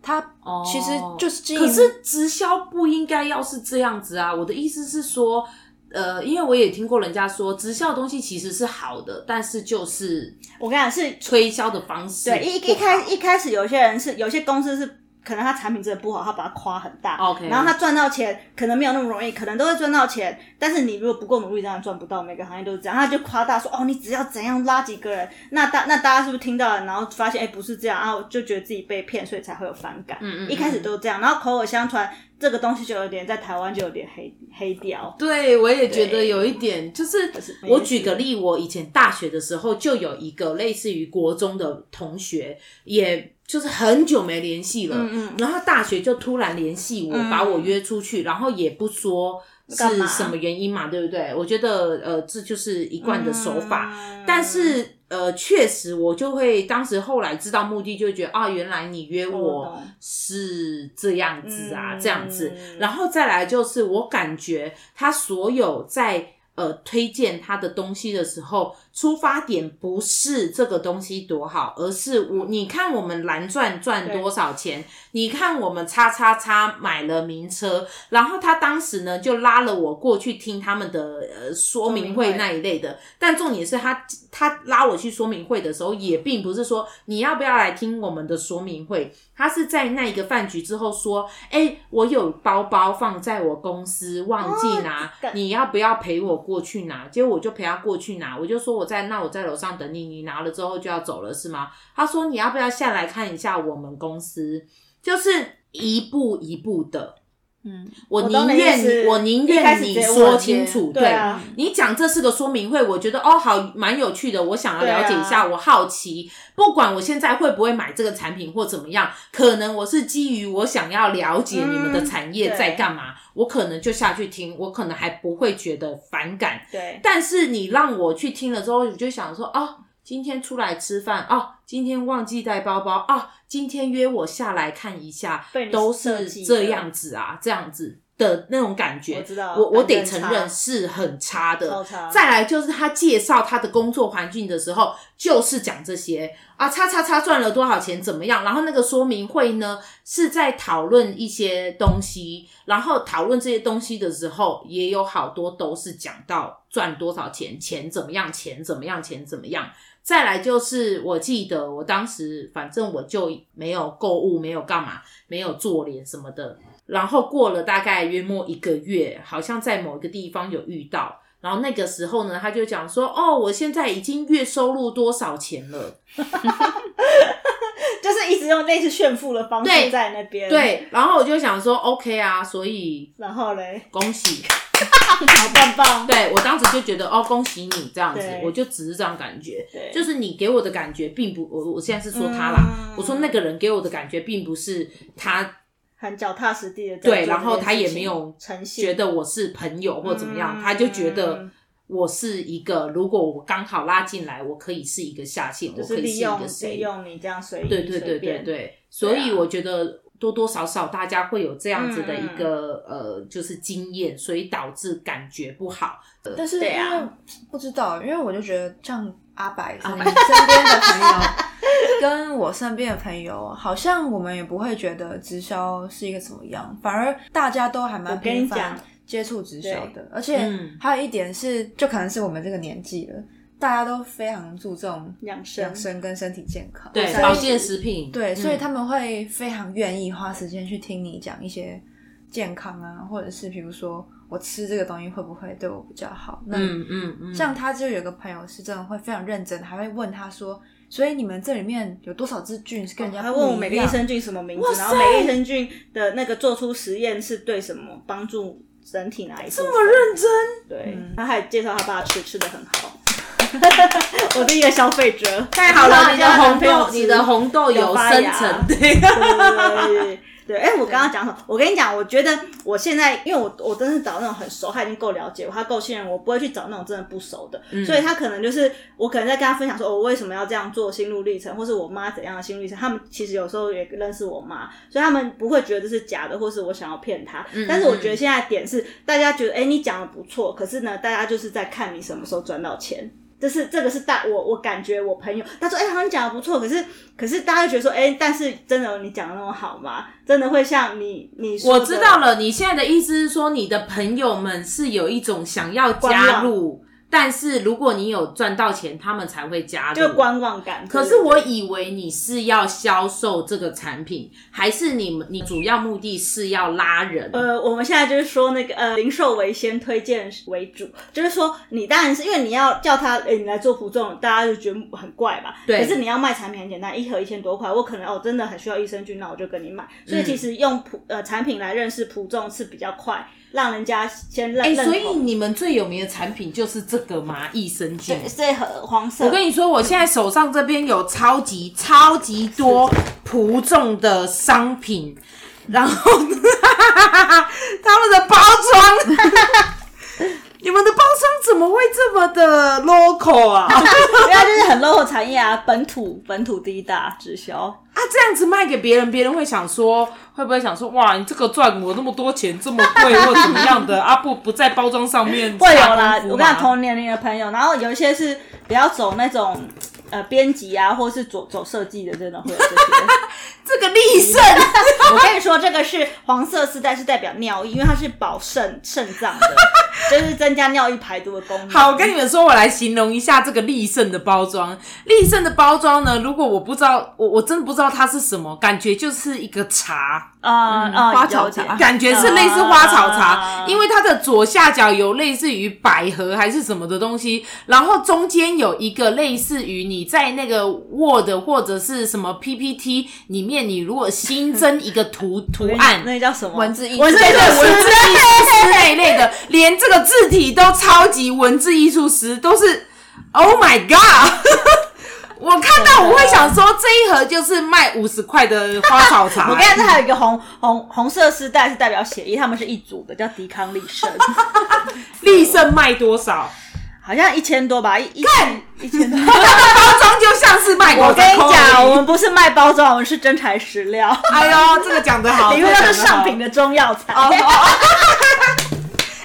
Speaker 3: 它
Speaker 1: 哦
Speaker 3: 其实就是经营，
Speaker 1: 可是直销不应该要是这样子啊！我的意思是说，呃，因为我也听过人家说，直销的东西其实是好的，但是就是
Speaker 2: 我跟你讲是
Speaker 1: 推销的方式不好。
Speaker 2: 对一一开一开始有些人是有些公司是。可能他产品真的不好，他把它夸很大
Speaker 1: OK
Speaker 2: 然后他赚到钱可能没有那么容易，可能都会赚到钱，但是你如果不够努力，当然赚不到。每个行业都是这样，他就夸大说哦，你只要怎样拉几个人，那大那大家是不是听到了，然后发现哎不是这样啊，我就觉得自己被骗，所以才会有反感。
Speaker 1: 嗯嗯嗯
Speaker 2: 一开始都是这样，然后口耳相传，这个东西就有点在台湾就有点黑黑掉。
Speaker 1: 对，我也觉得
Speaker 2: 对
Speaker 1: 有一点，就是
Speaker 2: 是没
Speaker 1: 我
Speaker 2: 意
Speaker 1: 举
Speaker 2: 思
Speaker 1: 个例，我以前大学的时候就有一个类似于国中的同学，也就是很久没联系了，
Speaker 2: 嗯嗯
Speaker 1: 然后大学就突然联系我，
Speaker 2: 嗯
Speaker 1: 把我约出去，然后也不说
Speaker 2: 干
Speaker 1: 是
Speaker 2: 嘛
Speaker 1: 什么原因嘛，对不对？我觉得呃，这就是一贯的手法，
Speaker 2: 嗯
Speaker 1: 但是呃，确实我就会当时后来知道目的，就会觉得啊，原来你约
Speaker 2: 我
Speaker 1: 我
Speaker 2: 哦懂
Speaker 1: 是这样子啊，
Speaker 2: 嗯
Speaker 1: 这样子。然后再来就是，我感觉他所有在呃推荐他的东西的时候，出发点不是这个东西多好，而是我你看我们蓝钻赚多少钱，你看我们叉叉叉买了名车，然后他当时呢就拉了我过去听他们的呃说明会
Speaker 2: 说明会
Speaker 1: 那一类的。但重点是他他拉我去说明会的时候，也并不是说你要不要来听我们的说明会，他是在那一个饭局之后说，哎、我有包包放在我公司忘记拿，
Speaker 2: 哦这个
Speaker 1: 你要不要陪我过去拿？结果我就陪他过去拿，我就说我在那我在楼上等你，你拿了之后就要走了是吗？他说你要不要下来看一下我们公司？就是一步一步的，
Speaker 3: 嗯，
Speaker 1: 我
Speaker 2: 我懂
Speaker 1: 宁
Speaker 2: 你意思
Speaker 1: 愿我宁
Speaker 2: 一开
Speaker 1: 愿
Speaker 2: 始
Speaker 1: 你
Speaker 2: 直接
Speaker 1: 说
Speaker 2: 问
Speaker 1: 清
Speaker 3: 接
Speaker 1: 楚，
Speaker 2: 对啊
Speaker 1: 你讲这是个说明会，我觉得哦，好，蛮有趣的，我想要了解一下，
Speaker 2: 对啊
Speaker 1: 我好奇，不管我现在会不会买这个产品或怎么样，可能我是基于我想要了解你们的产业
Speaker 2: 嗯
Speaker 1: 在干嘛，我可能就下去听，我可能还不会觉得反感，
Speaker 2: 对，
Speaker 1: 但是你让我去听了之后，我就想说，哦，今天出来吃饭，哦，今天忘记带包包，哦，今天约我下来看一下
Speaker 2: 被，你
Speaker 1: 都
Speaker 2: 设
Speaker 1: 是
Speaker 2: 计的
Speaker 1: 这样子啊，这样子的那种感觉。
Speaker 2: 我知道
Speaker 1: 我我得
Speaker 2: 感觉
Speaker 1: 承
Speaker 2: 很差
Speaker 1: 认是很差的。
Speaker 2: 超差
Speaker 1: 再来就是他介绍他的工作环境的时候，就是讲这些啊，叉叉叉赚了多少钱，怎么样？然后那个说明会呢，是在讨论一些东西，然后讨论这些东西的时候，也有好多都是讲到赚多少钱，钱怎么样，钱怎么样，钱怎么样。再来就是，我记得我当时反正我就没有购物，没有干嘛，没有做脸什么的。然后过了大概约莫一个月，好像在某一个地方有遇到。然后那个时候呢，他就讲说：“哦，我现在已经月收入多少钱了？”
Speaker 2: 就是一直用类似炫富的方
Speaker 1: 对
Speaker 2: 式在那边。，
Speaker 1: 对，然后我就想说：“OK 啊，所以
Speaker 2: 然后
Speaker 1: [LAUGHS]
Speaker 2: 嘞，
Speaker 1: 恭喜。”
Speaker 2: 好棒棒。
Speaker 1: 对我当时就觉得哦，恭喜你这样子
Speaker 2: 对，
Speaker 1: 我就只是这样感觉，
Speaker 2: 对
Speaker 1: 就是你给我的感觉并不，我我现在是说他啦，
Speaker 2: 嗯
Speaker 1: 我说那个人给我的感觉并不是他
Speaker 2: 很脚踏实地的。
Speaker 1: 对，然后他也没有
Speaker 2: 诚信，
Speaker 1: 觉得我是朋友或怎么样，
Speaker 2: 嗯
Speaker 1: 他就觉得我是一个，如果我刚好拉进来，我可以是一个下线，
Speaker 2: 就
Speaker 1: 我
Speaker 2: 是
Speaker 1: 可以
Speaker 2: 利
Speaker 1: 是一
Speaker 2: 用
Speaker 1: 个
Speaker 2: 利
Speaker 1: 谁？
Speaker 2: 用你这样随意
Speaker 1: 对对对
Speaker 2: 随
Speaker 1: 对
Speaker 2: 便
Speaker 1: 对，啊所以我觉得多多少少大家会有这样子的
Speaker 2: 嗯
Speaker 1: 一个、呃，就是经验，所以导致感觉不好。
Speaker 3: 但是因
Speaker 2: 对啊
Speaker 3: 为不知道，因为我就觉得像阿白是你身边的朋友，跟我身边的朋友，好像我们也不会觉得直销是一个怎么样，反而大家都还蛮
Speaker 2: 我跟你
Speaker 3: 频繁
Speaker 2: 讲
Speaker 3: 接触直销的，而且
Speaker 1: 嗯
Speaker 3: 还有一点是，就可能是我们这个年纪了，大家都非常注重
Speaker 2: 养生
Speaker 3: 养生跟身体健康，
Speaker 1: 对，
Speaker 3: 所以
Speaker 1: 保健食品，
Speaker 3: 对，
Speaker 1: 嗯
Speaker 3: 所以他们会非常愿意花时间去听你讲一些健康啊，或者是比如说我吃这个东西会不会对我比较好？那
Speaker 1: 嗯嗯嗯，
Speaker 3: 像他就有个朋友是真的会非常认真，还会问他说，所以你们这里面有多少支菌是跟人
Speaker 1: 哦
Speaker 3: 家
Speaker 2: 他
Speaker 3: 不
Speaker 2: 问我
Speaker 3: 一
Speaker 2: 每个益
Speaker 3: 样
Speaker 2: 生菌什么名字
Speaker 1: 哇，
Speaker 2: 然后每个益生菌的那个做出实验是对什么帮助人体哪一这么认真？对，
Speaker 1: 嗯
Speaker 2: 他还介绍他爸吃，吃的很好。 [LAUGHS] 我第一个消费者，
Speaker 1: 太好了，你的
Speaker 2: 叫
Speaker 1: 红
Speaker 2: [LAUGHS] 男朋友
Speaker 1: 豆，
Speaker 2: 吃
Speaker 1: 你的红豆有
Speaker 2: 有发
Speaker 1: 生
Speaker 2: 芽
Speaker 1: 成，对，
Speaker 2: 对对，哎、我刚刚讲什么？我跟你讲，我觉得我现在，因为我我真是找那种很熟，他已经够了解我，他够信任我，我不会去找那种真的不熟的。
Speaker 1: 嗯
Speaker 2: 所以他可能就是我可能在跟他分享说，哦我为什么要这样做心路历程，或是我妈怎样的心路历程。他们其实有时候也认识我妈，所以他们不会觉得这是假的，或是我想要骗他。
Speaker 1: 嗯
Speaker 2: 但是我觉得现在的点是，大家觉得哎、你讲的不错，可是呢，大家就是在看你什么时候赚到钱。这是这个是大我我感觉我朋友他说哎、好像讲的不错，可是可是大家就觉得说哎、但是真的有你讲的那么好吗？真的会像你你说
Speaker 1: 我
Speaker 2: 的
Speaker 1: 知道了，你现在的意思是说，你的朋友们是有一种想要
Speaker 2: 观
Speaker 1: 加
Speaker 2: 望
Speaker 1: 入，但是如果你有赚到钱，他们才会加入。
Speaker 2: 就观望感。
Speaker 1: 可是
Speaker 2: 对
Speaker 1: 我以为你是要销售这个产品，还是你们你主要目的是要拉人？
Speaker 2: 呃，我们现在就是说那个呃，零售为先，推荐为主，就是说你当然是因为你要叫他，诶你来做服众，大家就觉得很怪吧？
Speaker 1: 对
Speaker 2: 可是你要卖产品很简单，一盒一千多块，我可能哦真的很需要益生菌，那我就跟你买。所以其实用普、呃产品来认识普众是比较快，让人家先认、
Speaker 1: 哎、
Speaker 2: 认
Speaker 1: 所以
Speaker 2: 同
Speaker 1: 你们最有名的产品就是这个吗？益生菌。
Speaker 2: 对这盒黄色，
Speaker 1: 我跟你说，我现在手上这边有超级超级多蒲种的商品，然后他们的包装， [LAUGHS] 你们的包装怎么会这么的 local 啊？啊，
Speaker 2: 对啊，就是很 local 产业啊，本土本土第一大直销。
Speaker 1: 啊这样子卖给别人，别人会想说，会不会想说，哇，你这个赚我那么多钱，这么贵或怎么样的 [LAUGHS] 啊？不不在包装上面
Speaker 2: 会有
Speaker 1: 下功
Speaker 2: 啦，
Speaker 1: 夫
Speaker 2: 我跟你讲
Speaker 1: 吗
Speaker 2: 同年龄的朋友，然后有一些是比较走那种呃编辑啊，或是走走设计的，真的会有这些。
Speaker 1: 这个利胜，
Speaker 2: 我跟你说，这个是黄色丝带是代表尿意，因为它是保肾肾脏的，就是增加尿液排毒的功能。
Speaker 1: 好，我跟你们说，我来形容一下这个利胜的包装。利胜的包装呢，如果我不知道，我我真的不知道它是什么，感觉就是一个茶，
Speaker 2: 啊啊，
Speaker 3: 花草
Speaker 2: 了解
Speaker 1: [LAUGHS]
Speaker 3: 茶
Speaker 1: 感觉是类似花草茶
Speaker 2: 啊，
Speaker 1: 因为它的左下角有类似于百合还是什么的东西，然后中间有一个类似于你在那个 Word 或者是什么 PPT 里面，你如果新增一个图图案，
Speaker 2: 那叫什么
Speaker 3: 文字艺术
Speaker 2: 文字
Speaker 1: 这
Speaker 2: 艺
Speaker 1: 个
Speaker 2: 术
Speaker 1: 文
Speaker 2: 师
Speaker 1: 字艺术师那一类的，连这个字体都超级文字艺术师，都是 Oh my God！我看到我会想说，这一盒就是卖五十块的花草茶、
Speaker 2: [LAUGHS] 我跟你讲，这还有一个红红红色丝带是代表血液，他们是一组的，叫抵抗力肾，
Speaker 1: 立胜卖多少？
Speaker 2: 好像一千多吧，一一一千多。
Speaker 1: 包装就像是卖
Speaker 2: [LAUGHS] 我跟你讲，我
Speaker 1: 我
Speaker 2: 们不是卖包装，我们是真材实料，
Speaker 1: [LAUGHS] 哎呦，这个讲得好，
Speaker 2: [LAUGHS] 因为它是上品
Speaker 1: 的。
Speaker 2: 的中药材。
Speaker 1: 哦，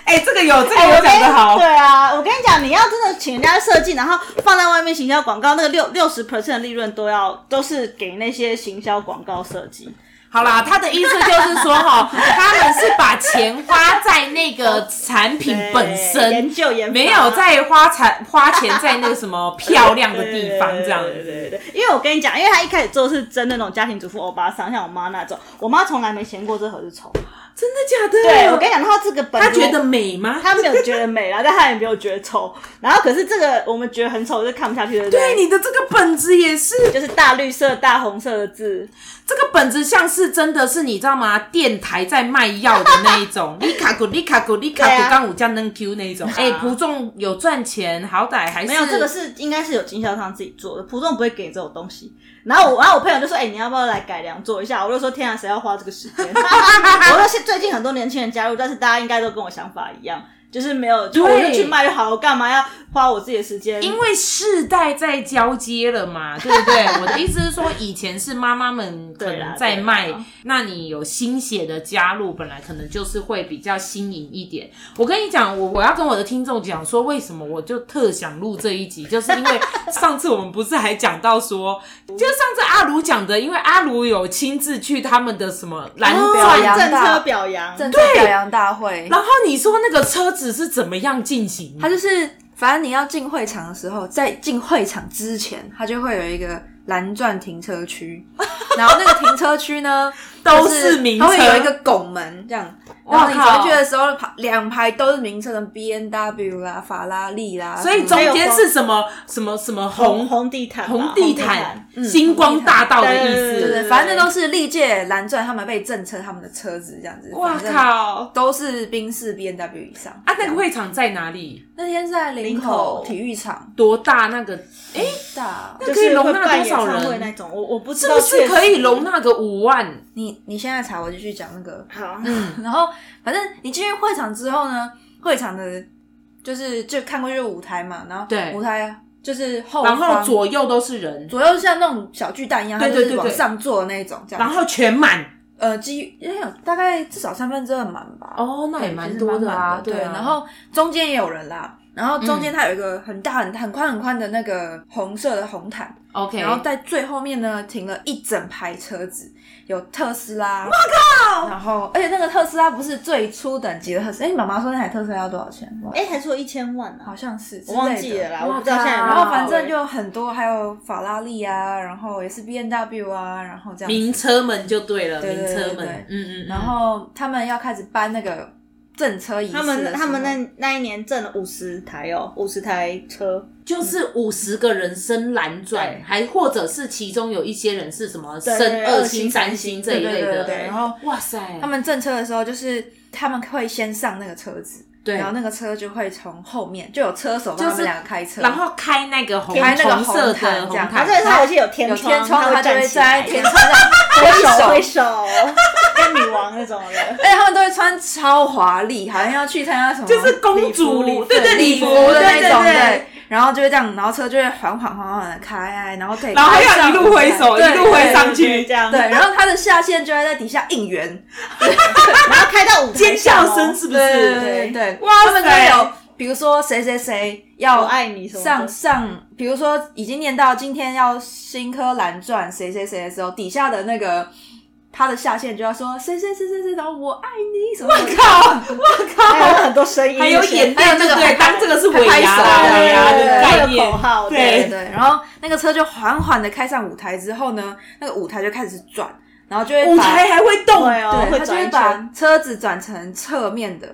Speaker 1: 哎、这个有，这个
Speaker 2: [LAUGHS] 哎
Speaker 1: 有
Speaker 2: 我跟
Speaker 1: 讲
Speaker 2: 你
Speaker 1: 得好。
Speaker 2: 对啊，我跟你讲，你要真的请人家设计，然后放在外面行销广告，那个六六十 percent 的利润都要都是给那些行销广告设计。
Speaker 1: [LAUGHS] 好啦，他的意思就是说，哈，他们是把钱花在那个产品本
Speaker 2: 对
Speaker 1: 身，
Speaker 2: 研究研发
Speaker 1: 没有在花钱花钱在那个什么漂亮的地方这样
Speaker 2: 对对
Speaker 1: 子。
Speaker 2: 对对，因为我跟你讲，因为他一开始做的是真的那种家庭主妇欧巴桑，像我妈那种，我妈从来没嫌过这盒子丑。
Speaker 1: 真的假的？
Speaker 2: 对我跟你讲，她这个本
Speaker 1: 他
Speaker 2: 子
Speaker 1: 觉得美吗？
Speaker 2: 他没有觉得美啦，但他也没有觉得丑。然后可是这个我们觉得很丑，就看不下去，对不
Speaker 1: 对
Speaker 2: 对？
Speaker 1: 你的这个本子也是，
Speaker 2: 就是大绿色、大红色的字，
Speaker 1: 这个本子像是真的是你知道吗？电台在卖药的那一
Speaker 2: [LAUGHS]
Speaker 1: 种，利卡古利卡古利卡
Speaker 2: 对
Speaker 1: 古
Speaker 2: 啊
Speaker 1: 刚五加能 Q 那一种。哎，
Speaker 2: 啊
Speaker 1: 蒲仲有赚钱，好歹还是
Speaker 2: 没有这个是应该是有经销商自己做的，普通不会给这种东西。然后我，然后我朋友就说：“哎、你要不要来改良做一下？”我就说：“天啊，谁要花这个时间？”我说：“现最近很多年轻人加入，但是大家应该都跟我想法一样，就是没有，就我就去卖就好了，我干嘛要花我自己的时间？”
Speaker 1: 因为世代在交接了
Speaker 3: [LAUGHS]
Speaker 1: 嘛，对不对？我的意思是说，以前是妈妈们可
Speaker 2: 对啦
Speaker 1: 能在卖
Speaker 2: 对啦，
Speaker 1: 那你有新血的加入，本来可能就是会比较新颖一点。我跟你讲，我我要跟我的听众讲说，为什么我就特想录这一集，就是因为上次我们不是还讲到说，就上次阿卢讲的，因为阿卢有亲自去他们的什么蓝
Speaker 3: 哦
Speaker 1: 钻
Speaker 3: 表扬
Speaker 2: 政
Speaker 3: 大
Speaker 2: 车表扬，
Speaker 3: 政策表扬大会，
Speaker 1: 然后你说那个车子是怎么样进行？
Speaker 3: 它就是反正你要进会场的时候，在进会场之前，它就会有一个蓝钻停车
Speaker 1: [LAUGHS]
Speaker 3: 区，然后那个停车区呢
Speaker 1: 都
Speaker 3: 就是是
Speaker 1: 名车
Speaker 3: 它会有一个拱门这样，然后你
Speaker 1: 哇靠
Speaker 3: 走进去的时候，旁两排都是名车，跟 B N W 啦、法拉利啦，
Speaker 1: 啊所以
Speaker 3: 什
Speaker 1: 中
Speaker 2: 还
Speaker 3: 么
Speaker 2: 有
Speaker 1: 间
Speaker 2: 红
Speaker 1: 是什么什么什么
Speaker 2: 红
Speaker 1: 红
Speaker 2: 红地毯吧，
Speaker 1: 红
Speaker 2: 地
Speaker 1: 地毯、星光大道的意
Speaker 2: 对对
Speaker 3: 嗯对
Speaker 1: 思。
Speaker 3: 对反正那都是历届蓝钻他们被政策他们的车子这样子。
Speaker 1: 哇
Speaker 3: 反正
Speaker 1: 靠！
Speaker 3: 都是宾士 B N W 以上
Speaker 1: 啊，那个会场在哪里？
Speaker 3: 那天在林
Speaker 2: 林口
Speaker 3: 口体育场
Speaker 1: 多大？那个哎，
Speaker 3: 大，
Speaker 2: 就
Speaker 1: 可以
Speaker 2: 是
Speaker 1: 容
Speaker 2: 会
Speaker 1: 纳
Speaker 2: 办
Speaker 1: 多
Speaker 2: 演
Speaker 1: 少
Speaker 2: 唱会
Speaker 1: 人
Speaker 2: 那种，我我不知
Speaker 1: 是
Speaker 2: 道
Speaker 1: 不是
Speaker 2: 确实
Speaker 1: 可以容纳个五万？
Speaker 3: 你你现在查，我就去讲那个。
Speaker 2: 好，
Speaker 1: 嗯
Speaker 3: 然后反正你进去会场之后呢，会场的就是就看过就是舞台嘛，然后
Speaker 1: 对
Speaker 3: 舞台就是后
Speaker 1: 然后
Speaker 3: 方
Speaker 1: 左右都是人，
Speaker 3: 左右像那种小巨蛋一样，它
Speaker 1: 对
Speaker 3: 就是
Speaker 1: 对对
Speaker 3: 往
Speaker 1: 对
Speaker 3: 上坐的那一种，这样。
Speaker 1: 然后全满
Speaker 3: 呃，几因为有大概至少三分之二满吧。
Speaker 1: 哦，那也
Speaker 3: 对
Speaker 1: 蛮
Speaker 3: 其实
Speaker 1: 多的
Speaker 3: 满
Speaker 1: 啊，
Speaker 3: 对。
Speaker 1: 啊嗯
Speaker 3: 然后中间也有人啦，然后中间它有一个很大很很宽很宽的那个红色的红毯，
Speaker 1: OK，
Speaker 3: 然后在最后面呢停了一整排车子，有特斯拉，我靠！然后而且那个特斯拉不是最初等级的特斯拉，哎，妈妈说那台特斯拉要多少钱？我
Speaker 2: 哎，还说一千万呢，
Speaker 3: 好像是之
Speaker 2: 我
Speaker 3: 类的
Speaker 2: 忘记了啦，我
Speaker 1: 哇
Speaker 2: 不知道现在有没有
Speaker 3: 然
Speaker 1: 靠
Speaker 3: 后反正
Speaker 2: 对
Speaker 3: 就很多，还有法拉利啊，然后也是 B N W 啊，然后这样子
Speaker 1: 名车们就对了，
Speaker 3: 对
Speaker 1: 名
Speaker 3: 对对
Speaker 1: 车
Speaker 3: 对对
Speaker 1: 们，嗯嗯，
Speaker 3: 然后他们要开始搬那个正车仪式
Speaker 2: 他
Speaker 3: 的时
Speaker 2: 们
Speaker 3: 候
Speaker 2: 他们那那一年挣了五十台哦，五十台车，
Speaker 3: 嗯
Speaker 1: 就是五十个人升蓝钻，
Speaker 2: 对
Speaker 1: 还或者是其中有一些人是什么升
Speaker 2: 对对对
Speaker 1: 二
Speaker 2: 二
Speaker 1: 星、
Speaker 2: 星
Speaker 1: 三
Speaker 2: 三
Speaker 1: 星
Speaker 2: 星
Speaker 1: 这一类
Speaker 3: 对对
Speaker 1: 的，
Speaker 3: 对对，然后
Speaker 1: 哇塞，
Speaker 3: 他们正车的时候，就是他们会先上那个车子，
Speaker 1: 对，
Speaker 3: 然后那个车就会从后面就有车手
Speaker 1: 就
Speaker 3: 帮他
Speaker 1: 是
Speaker 3: 们两个开车，
Speaker 1: 然后开那个红
Speaker 3: 开那个
Speaker 1: 红色
Speaker 3: 红毯
Speaker 1: 的红
Speaker 3: 这样
Speaker 2: 然
Speaker 1: 毯
Speaker 2: 后，这个他有些有天
Speaker 3: 有天
Speaker 2: 窗，
Speaker 3: 窗，
Speaker 2: 他
Speaker 3: 他
Speaker 2: 会站
Speaker 3: 就会
Speaker 2: 起来
Speaker 3: 在天窗上挥
Speaker 2: 手挥
Speaker 3: 手。
Speaker 2: 手，跟女王那种的。
Speaker 3: 而且他们都会穿超华丽，好像要去参加什么，
Speaker 1: 就是公主
Speaker 2: 礼服
Speaker 1: 对对
Speaker 3: 礼服
Speaker 1: 对
Speaker 3: 的那种，
Speaker 1: 对对
Speaker 3: 对。然后就会这样，然后车就会缓缓缓缓的开，啊然后可以
Speaker 1: 然后
Speaker 3: 开
Speaker 1: 要
Speaker 3: 上
Speaker 1: 一路
Speaker 3: 舞
Speaker 1: 挥
Speaker 3: 台
Speaker 1: 手，一
Speaker 3: 对
Speaker 1: 路挥
Speaker 3: 对
Speaker 1: 上
Speaker 2: 对
Speaker 1: 去，
Speaker 2: 这样，
Speaker 3: 对，然后他的下线就会在底下应援，
Speaker 2: 然后开到舞台
Speaker 1: 尖
Speaker 2: 上
Speaker 1: 叫
Speaker 2: 哦
Speaker 1: 声是不
Speaker 3: 对对
Speaker 1: 是？
Speaker 3: 对对，
Speaker 1: 哇
Speaker 3: 他们
Speaker 1: 塞
Speaker 3: 都有，比如说谁谁谁要
Speaker 2: 我爱你什么的
Speaker 3: 上上，比如说已经念到今天要新科蓝钻谁谁谁的时候，底下的那个他的下线就要说谁谁谁谁谁，然后我爱你什么的。
Speaker 1: 靠，
Speaker 2: 还有很多声音，
Speaker 1: 还有演
Speaker 3: 还
Speaker 1: 练，
Speaker 3: 有那
Speaker 1: 对
Speaker 3: 个
Speaker 1: 对，
Speaker 3: 拍
Speaker 1: 当这个是
Speaker 3: 拍
Speaker 1: 尾牙
Speaker 3: 手
Speaker 1: 啦
Speaker 3: 啊
Speaker 1: 尾牙的
Speaker 3: 对对对
Speaker 1: 概
Speaker 2: 还有口
Speaker 1: 念，
Speaker 2: 号，
Speaker 1: 对
Speaker 3: 对对，然后那个车就缓缓的开上舞台之后呢，那个舞台就开始转，然后就会把
Speaker 1: 舞台还会动，
Speaker 2: 对哦
Speaker 3: 对，
Speaker 2: 会
Speaker 3: 他就
Speaker 2: 转
Speaker 3: 会
Speaker 2: 一
Speaker 3: 把
Speaker 2: 圈
Speaker 3: 车子转成侧面的，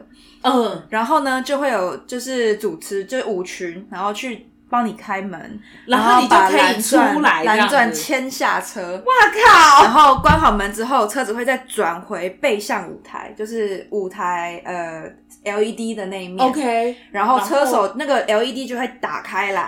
Speaker 1: 嗯，
Speaker 3: 然后呢，就会有就是主持，就是舞群，然后去帮你开门，
Speaker 1: 然后
Speaker 3: 后
Speaker 1: 嗯你就
Speaker 3: 把
Speaker 1: 可以
Speaker 3: 蓝
Speaker 1: 出
Speaker 3: 钻
Speaker 1: 来这样
Speaker 3: 蓝钻
Speaker 1: 子
Speaker 3: 牵下车，
Speaker 1: 哇靠，
Speaker 3: 然后关好门之后，车子会再转回背向舞台，就是舞台呃 LED 的那一面
Speaker 1: OK，
Speaker 3: 然后车
Speaker 1: 然哎
Speaker 3: 手那个 LED 就会打开来，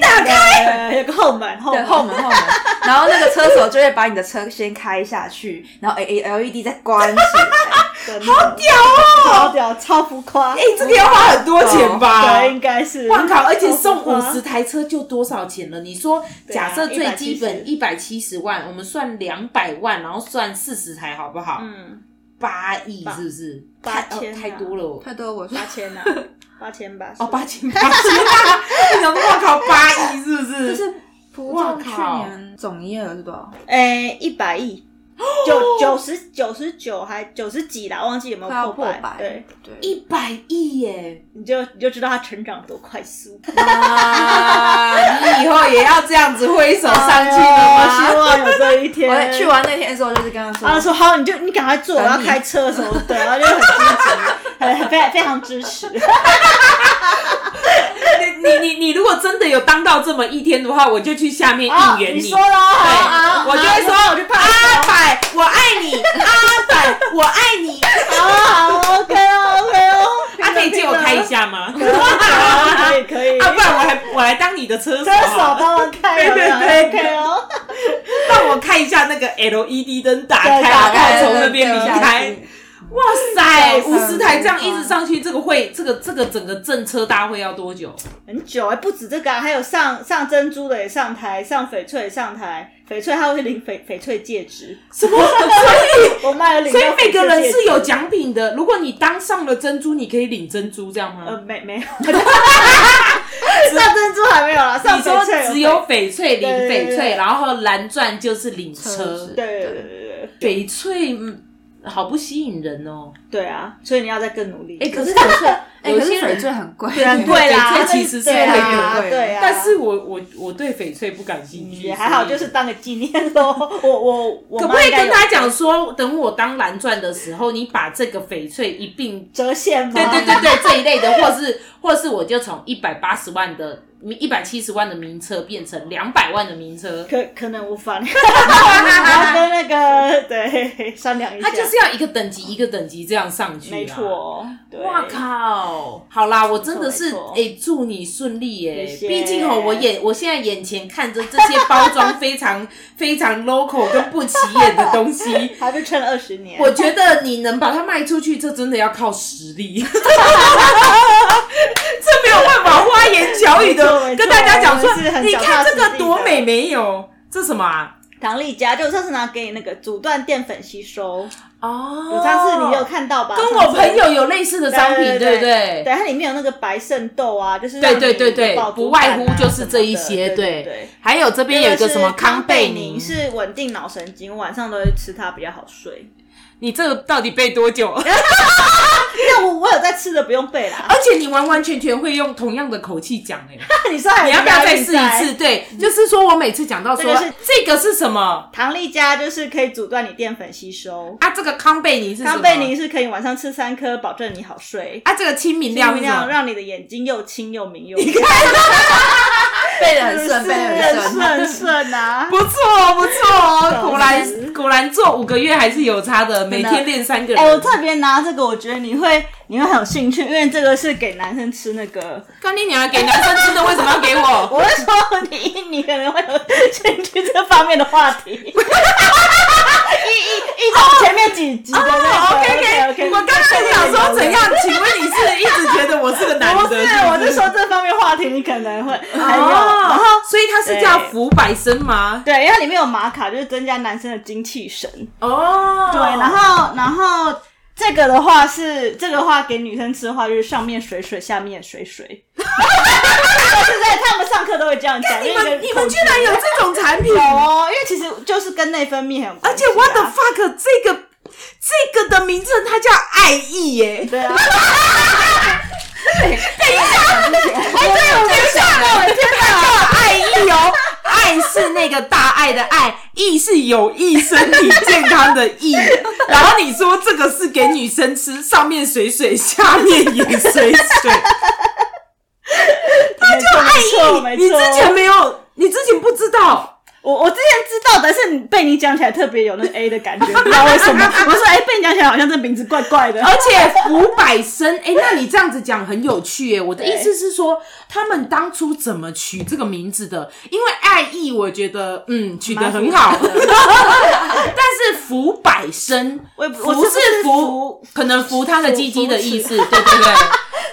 Speaker 2: 打开有个后门，后
Speaker 3: 对
Speaker 2: 门
Speaker 3: 后门后门，然后那个车手就会把你的车先开下去，然后 A L E D 再关起来，
Speaker 2: 好屌哦，超屌，超浮夸，
Speaker 1: 哎，这个要花很多钱吧？
Speaker 2: 哦对，应该是
Speaker 1: 哇靠！而且送
Speaker 2: 超浮夸
Speaker 1: 五十台车就多少钱了？你说，
Speaker 2: 对啊
Speaker 1: 假设最基本一百七十万，我们算两百万，然后算四十台，好不好？
Speaker 2: 嗯，
Speaker 1: 八亿是不是？
Speaker 2: 八
Speaker 1: 太哦
Speaker 2: 千啊
Speaker 1: 太多了哦
Speaker 3: 太多我说
Speaker 2: 八千
Speaker 1: [LAUGHS]
Speaker 2: 呐，八千吧，
Speaker 1: 哦，八千八千，你怎么哇靠八亿是不？
Speaker 3: 就是是普
Speaker 1: 哇
Speaker 3: 众去
Speaker 1: 靠
Speaker 3: 年总营业额是多少？
Speaker 1: 哦
Speaker 2: 哎，一百亿。九九十九十九还九十几啦，忘记有没
Speaker 3: 快要
Speaker 2: 有
Speaker 3: 破
Speaker 2: 百。
Speaker 3: 百，
Speaker 2: 对，
Speaker 3: 对，
Speaker 1: 一百亿耶！
Speaker 2: 你就你就知道它成长多快
Speaker 1: [LAUGHS]
Speaker 2: 速。
Speaker 1: 哇，你以后也要这样子挥手上去 [LAUGHS]
Speaker 2: 哎呦希
Speaker 1: 了吗？
Speaker 2: 望有这一天。
Speaker 3: 我在去玩那天的时候，就是跟他说，
Speaker 1: 啊
Speaker 2: 他啊说好，你就你赶快做，我要
Speaker 3: 等你
Speaker 2: 开车什么的，然 [LAUGHS] 后就很积极，很很非非常支持。
Speaker 1: 哎你你你如果真的有当到这么一天的话，我就去下面应援
Speaker 2: 你说了，
Speaker 1: 对
Speaker 2: 好啊，
Speaker 1: 我就会说，
Speaker 2: 我就怕
Speaker 1: 阿百，我爱你，阿百，我爱 [LAUGHS] 你。
Speaker 2: 好好，OK 哦，OK 哦，
Speaker 1: 他可以借我开一下 [LAUGHS] 吗？啊
Speaker 2: 可以可以，
Speaker 1: 啊，不然我还我来当你的车手
Speaker 2: 车手
Speaker 1: 好了，
Speaker 2: 帮我开，
Speaker 1: 对对对
Speaker 2: ，OK 哦，
Speaker 1: 让我看一下那个 LED 灯打开，
Speaker 2: 对打
Speaker 1: 然
Speaker 2: 开
Speaker 1: 后从那边离
Speaker 3: 下
Speaker 1: 开。
Speaker 3: 去
Speaker 1: 哇塞，
Speaker 3: 对
Speaker 1: 五十台这样一直上去，这个会，这个这个整个政车大会要多久？
Speaker 2: 很久哎，不止这个啊，还有上上珍珠的也上台，上翡翠也上台，翡翠还会领翡翡翠戒指，
Speaker 1: 什么？所以
Speaker 2: 我卖了
Speaker 1: [LAUGHS]
Speaker 2: 领，[LAUGHS]
Speaker 1: 所以每个人是有。奖品的。如果你当上了珍珠，你可以领珍珠，这样
Speaker 2: 呃，
Speaker 1: 吗？
Speaker 2: 没没有，上珍珠还没有啦，上
Speaker 1: 你说
Speaker 2: 呃翡翠
Speaker 1: 只有翡翠领
Speaker 2: 对对
Speaker 1: 翡
Speaker 2: 对
Speaker 1: 翠，然后蓝钻就是领
Speaker 3: 车
Speaker 1: 车
Speaker 3: 子。
Speaker 2: 对对对对对
Speaker 1: 翡翠嗯好不吸引人哦。
Speaker 2: 对啊，所以你要再更努力。
Speaker 1: 哎、可是
Speaker 3: 翡翠，哎，
Speaker 1: 有
Speaker 3: 可是
Speaker 1: 些人
Speaker 3: 翡翠很贵， [LAUGHS]
Speaker 1: 对很贵啦
Speaker 2: 对
Speaker 1: 这其实是
Speaker 2: 对啊，
Speaker 3: 很贵的
Speaker 2: 对啊，
Speaker 1: 但是我我我对翡翠不感兴趣，
Speaker 2: 也还好，
Speaker 1: 所以
Speaker 2: 就是当个纪念咯。 [LAUGHS] 我我我
Speaker 1: 可不
Speaker 2: 妈
Speaker 1: 可以
Speaker 2: 应该
Speaker 1: 跟
Speaker 2: 有
Speaker 1: 他讲说，等我当蓝钻的时候，你把这个翡翠一并，
Speaker 2: 折现吗？
Speaker 1: 对对对对，这一类的，或是或是我就从一百八十万的、一百七十万的名车变成两百万的名车，
Speaker 2: [LAUGHS] 可可能无法，
Speaker 1: [LAUGHS]
Speaker 2: 我要跟那个对商量一下，
Speaker 1: 它就是要一个等级一个等级这样上去、啊，
Speaker 2: 没。错。对
Speaker 1: 哇靠！好啦，我真的
Speaker 2: 没
Speaker 1: 是
Speaker 2: 错
Speaker 1: 哎、祝你顺利哎、
Speaker 2: 谢谢
Speaker 1: 毕竟哦，我眼我现在眼前看着这些包装非常 [LAUGHS] 非常 local 跟不起眼的东西，
Speaker 2: 还被撑了二十年，
Speaker 1: 我觉得你能把它卖出去，这真的要靠实
Speaker 2: [LAUGHS]
Speaker 1: 力， [LAUGHS] 这没有办法花言巧语
Speaker 2: 没错没
Speaker 1: 的
Speaker 2: 错
Speaker 1: 跟大家讲说
Speaker 2: 我们是，很
Speaker 1: 你
Speaker 2: 脚踏
Speaker 1: 看这
Speaker 2: 实地的
Speaker 1: 个多美没有？这什么啊？
Speaker 2: 糖粒佳就上次拿给你那个阻断淀粉吸收，
Speaker 1: 哦
Speaker 2: 我上次你有看到吧？
Speaker 1: 跟
Speaker 2: 上
Speaker 1: 我
Speaker 2: 次
Speaker 1: 朋友有类似的商品，对
Speaker 2: 对对
Speaker 1: 不对？
Speaker 2: 对，它里面有那个白肾豆啊，就是
Speaker 1: 对
Speaker 2: 让
Speaker 1: 对
Speaker 2: 你
Speaker 1: 对对
Speaker 2: 饱，
Speaker 1: 不
Speaker 2: 足
Speaker 1: 外
Speaker 2: 感
Speaker 1: 乎
Speaker 2: 啊
Speaker 1: 就是
Speaker 2: 什么
Speaker 1: 这一
Speaker 2: 的
Speaker 1: 些，
Speaker 2: 对对。
Speaker 1: 还有这边有一个什么康贝宁，
Speaker 2: 是稳定脑神经，我晚上都会吃它比较好睡。
Speaker 1: 你这个到底背多
Speaker 2: [LAUGHS]
Speaker 1: 久？
Speaker 2: 那我我有在吃的，不用备啦。
Speaker 1: 而且你完完全全会用同样的口气讲
Speaker 2: [LAUGHS]
Speaker 1: 哎、
Speaker 2: 你说还
Speaker 1: 你
Speaker 2: 有
Speaker 1: 要不要
Speaker 2: 压
Speaker 1: 再
Speaker 2: 力
Speaker 1: 试一
Speaker 2: 在
Speaker 1: 次？？对，就是说我每次讲到说
Speaker 2: 这个是
Speaker 1: 这个是什么
Speaker 2: 糖粒佳就是可以阻断你淀粉吸收，
Speaker 1: 啊？这个康贝宁是什么
Speaker 2: 康贝宁是可以晚上吃三颗，保证你好睡，
Speaker 1: 啊？这个清明亮
Speaker 2: 尽
Speaker 1: 是什
Speaker 2: 量
Speaker 1: 么？
Speaker 2: 让你的眼睛又清又明又亮。
Speaker 3: 背的很
Speaker 2: 是
Speaker 3: 顺，
Speaker 2: 不是
Speaker 3: 背的很顺。
Speaker 2: 很顺啊！
Speaker 1: [LAUGHS] 不错哦，不错哦，
Speaker 2: [LAUGHS] 懂
Speaker 1: 果然果然做五个月还是有差的，每天练三个人。
Speaker 2: 哎、我特别拿这个，我觉得你会你会很有兴趣，因为这个是给男生吃那个。
Speaker 1: 干你娘！给男生吃的为什么要给
Speaker 2: [LAUGHS]
Speaker 1: 我？
Speaker 2: 我会说你你可能会有兴趣这方面的话
Speaker 1: [LAUGHS]
Speaker 2: 题。一一一从前面几集的那个、
Speaker 1: 哦
Speaker 2: OK
Speaker 1: ，OK，OK，
Speaker 2: OK，
Speaker 1: 我刚刚在想说怎样？请问你是一直觉得我是个男的？
Speaker 2: 不是，
Speaker 1: 不
Speaker 2: 我是说这方面话题你可
Speaker 1: [LAUGHS]
Speaker 2: 能会还有，然后
Speaker 1: 哦，所以它是叫福百生吗？
Speaker 2: 对，因为它里面有玛卡，就是增加男生的精气神。
Speaker 1: 哦，
Speaker 2: 对，然后然后这个的话是这个的话给女生吃的话，就是上面水水，下面
Speaker 1: [LAUGHS]
Speaker 2: 水水。就是在他们上课都会这样讲，
Speaker 1: 你
Speaker 2: 因为
Speaker 1: 们
Speaker 2: 一个
Speaker 1: 你们
Speaker 2: 口
Speaker 1: 居
Speaker 2: 诀
Speaker 1: 然有这种产品，
Speaker 2: 有哦，因为其实就是跟内分泌很有关
Speaker 1: 而
Speaker 2: 系
Speaker 1: 且
Speaker 2: 啊、
Speaker 1: what the fuck 这个这个的名称它叫爱意耶。
Speaker 2: 对啊，
Speaker 1: 哎，对，我没想到，我真的叫爱意哦。爱是那个大爱的爱，意是有益身体健康的意。然后你说这个是给女生吃，上面水水，下面也水水。
Speaker 2: 他
Speaker 1: [LAUGHS]
Speaker 2: 就爱
Speaker 1: 你之前没有，你之前不知道，
Speaker 2: 我我之前知道，但是被你讲起来特别有那个 A 的感觉，不知道为什么。
Speaker 1: [LAUGHS]
Speaker 2: 我说哎、被你讲起来好像这名字怪怪的。
Speaker 1: 而且福百生，哎、那你这样子讲很有趣哎、我的意思是说，他们当初怎么取这个名字的？因为爱意，我觉得嗯取得很好， [LAUGHS] 但是福百生，
Speaker 2: 我也不我
Speaker 1: 福
Speaker 2: 是不
Speaker 1: 是
Speaker 2: 是
Speaker 1: 福，可能福他的基金的意思，对对
Speaker 2: [LAUGHS]
Speaker 1: 对。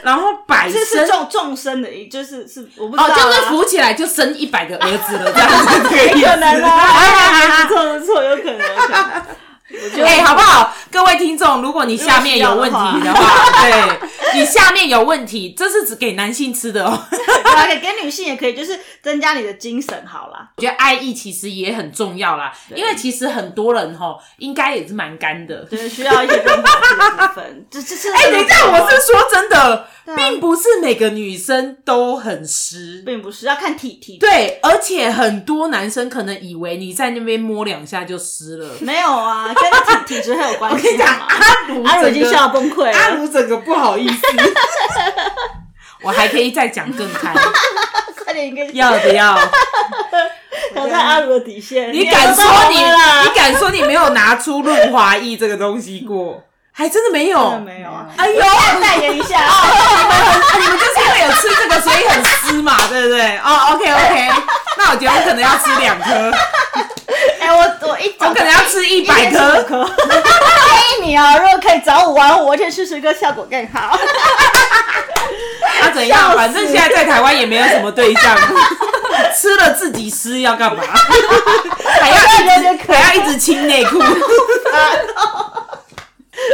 Speaker 1: 然后百
Speaker 2: 这
Speaker 1: 生
Speaker 2: 是众众生的意，就是是我不知道、
Speaker 1: 哦，
Speaker 2: 啊，
Speaker 1: 就是
Speaker 2: [LAUGHS]
Speaker 1: 福起来就生一百个儿子了，这样子这个意
Speaker 2: 有
Speaker 1: 思
Speaker 2: 可
Speaker 1: [LAUGHS]
Speaker 2: 能啊，不错不错，有可能。有可能
Speaker 1: 哎、好不好？各位听众，如果你下面有问题的
Speaker 2: 如
Speaker 1: 话，对你下面有问题，这是只给男性吃的哦。 [LAUGHS]
Speaker 2: 对啊，给给女性也可以，就是增加你的精神好啦。
Speaker 1: 我觉得爱意其实也很重要啦，因为其实很多人吼应该也是蛮干的。
Speaker 2: 就是需要一些润滑剂的部分。这这是
Speaker 1: 哎、等一下，我是说真的，
Speaker 2: 对啊
Speaker 1: 并不是每个女生都很湿。
Speaker 2: 并不是要看体体
Speaker 1: 对，而且很多男生可能以为你在那边摸两下就湿了。
Speaker 2: 没有啊，跟体体质很有
Speaker 1: [LAUGHS]
Speaker 2: 关
Speaker 1: 我
Speaker 2: 系。
Speaker 1: 跟你讲，
Speaker 2: 好吗
Speaker 1: 阿鲁
Speaker 2: 阿鲁已
Speaker 1: 整
Speaker 2: 经
Speaker 1: 个
Speaker 2: 笑到崩溃
Speaker 1: 阿
Speaker 2: 了。
Speaker 1: 如整个不好意思， [LAUGHS] 我还可以再讲更 [LAUGHS] 开，
Speaker 2: 快点，你跟
Speaker 1: 要不要？
Speaker 2: 挑战阿鲁的底线。
Speaker 1: 你敢说你，
Speaker 2: 也
Speaker 1: 你
Speaker 2: 不知道我们啦？
Speaker 1: 敢说你没有拿出润滑液这个东西过？ [LAUGHS] 还真的没有，
Speaker 2: 真的没有啊？
Speaker 1: 哎呦，
Speaker 2: 代言一下啊！
Speaker 1: 你们就是因为有吃这个，所以很湿嘛，对不对？哦，OK OK，那我觉得我可能要吃两颗，
Speaker 2: 哎，我我一
Speaker 1: 我可能要吃一百颗。
Speaker 2: 颗。 [LAUGHS] 建议你哦，如果可以早五晚五，而且试试个效果更好。
Speaker 1: [LAUGHS] 那啊怎样？
Speaker 2: 笑死
Speaker 1: 反正现在在台湾也没有什么对
Speaker 2: [LAUGHS]
Speaker 1: 象，吃了自己湿要干嘛？还要一直还要一直清内裤，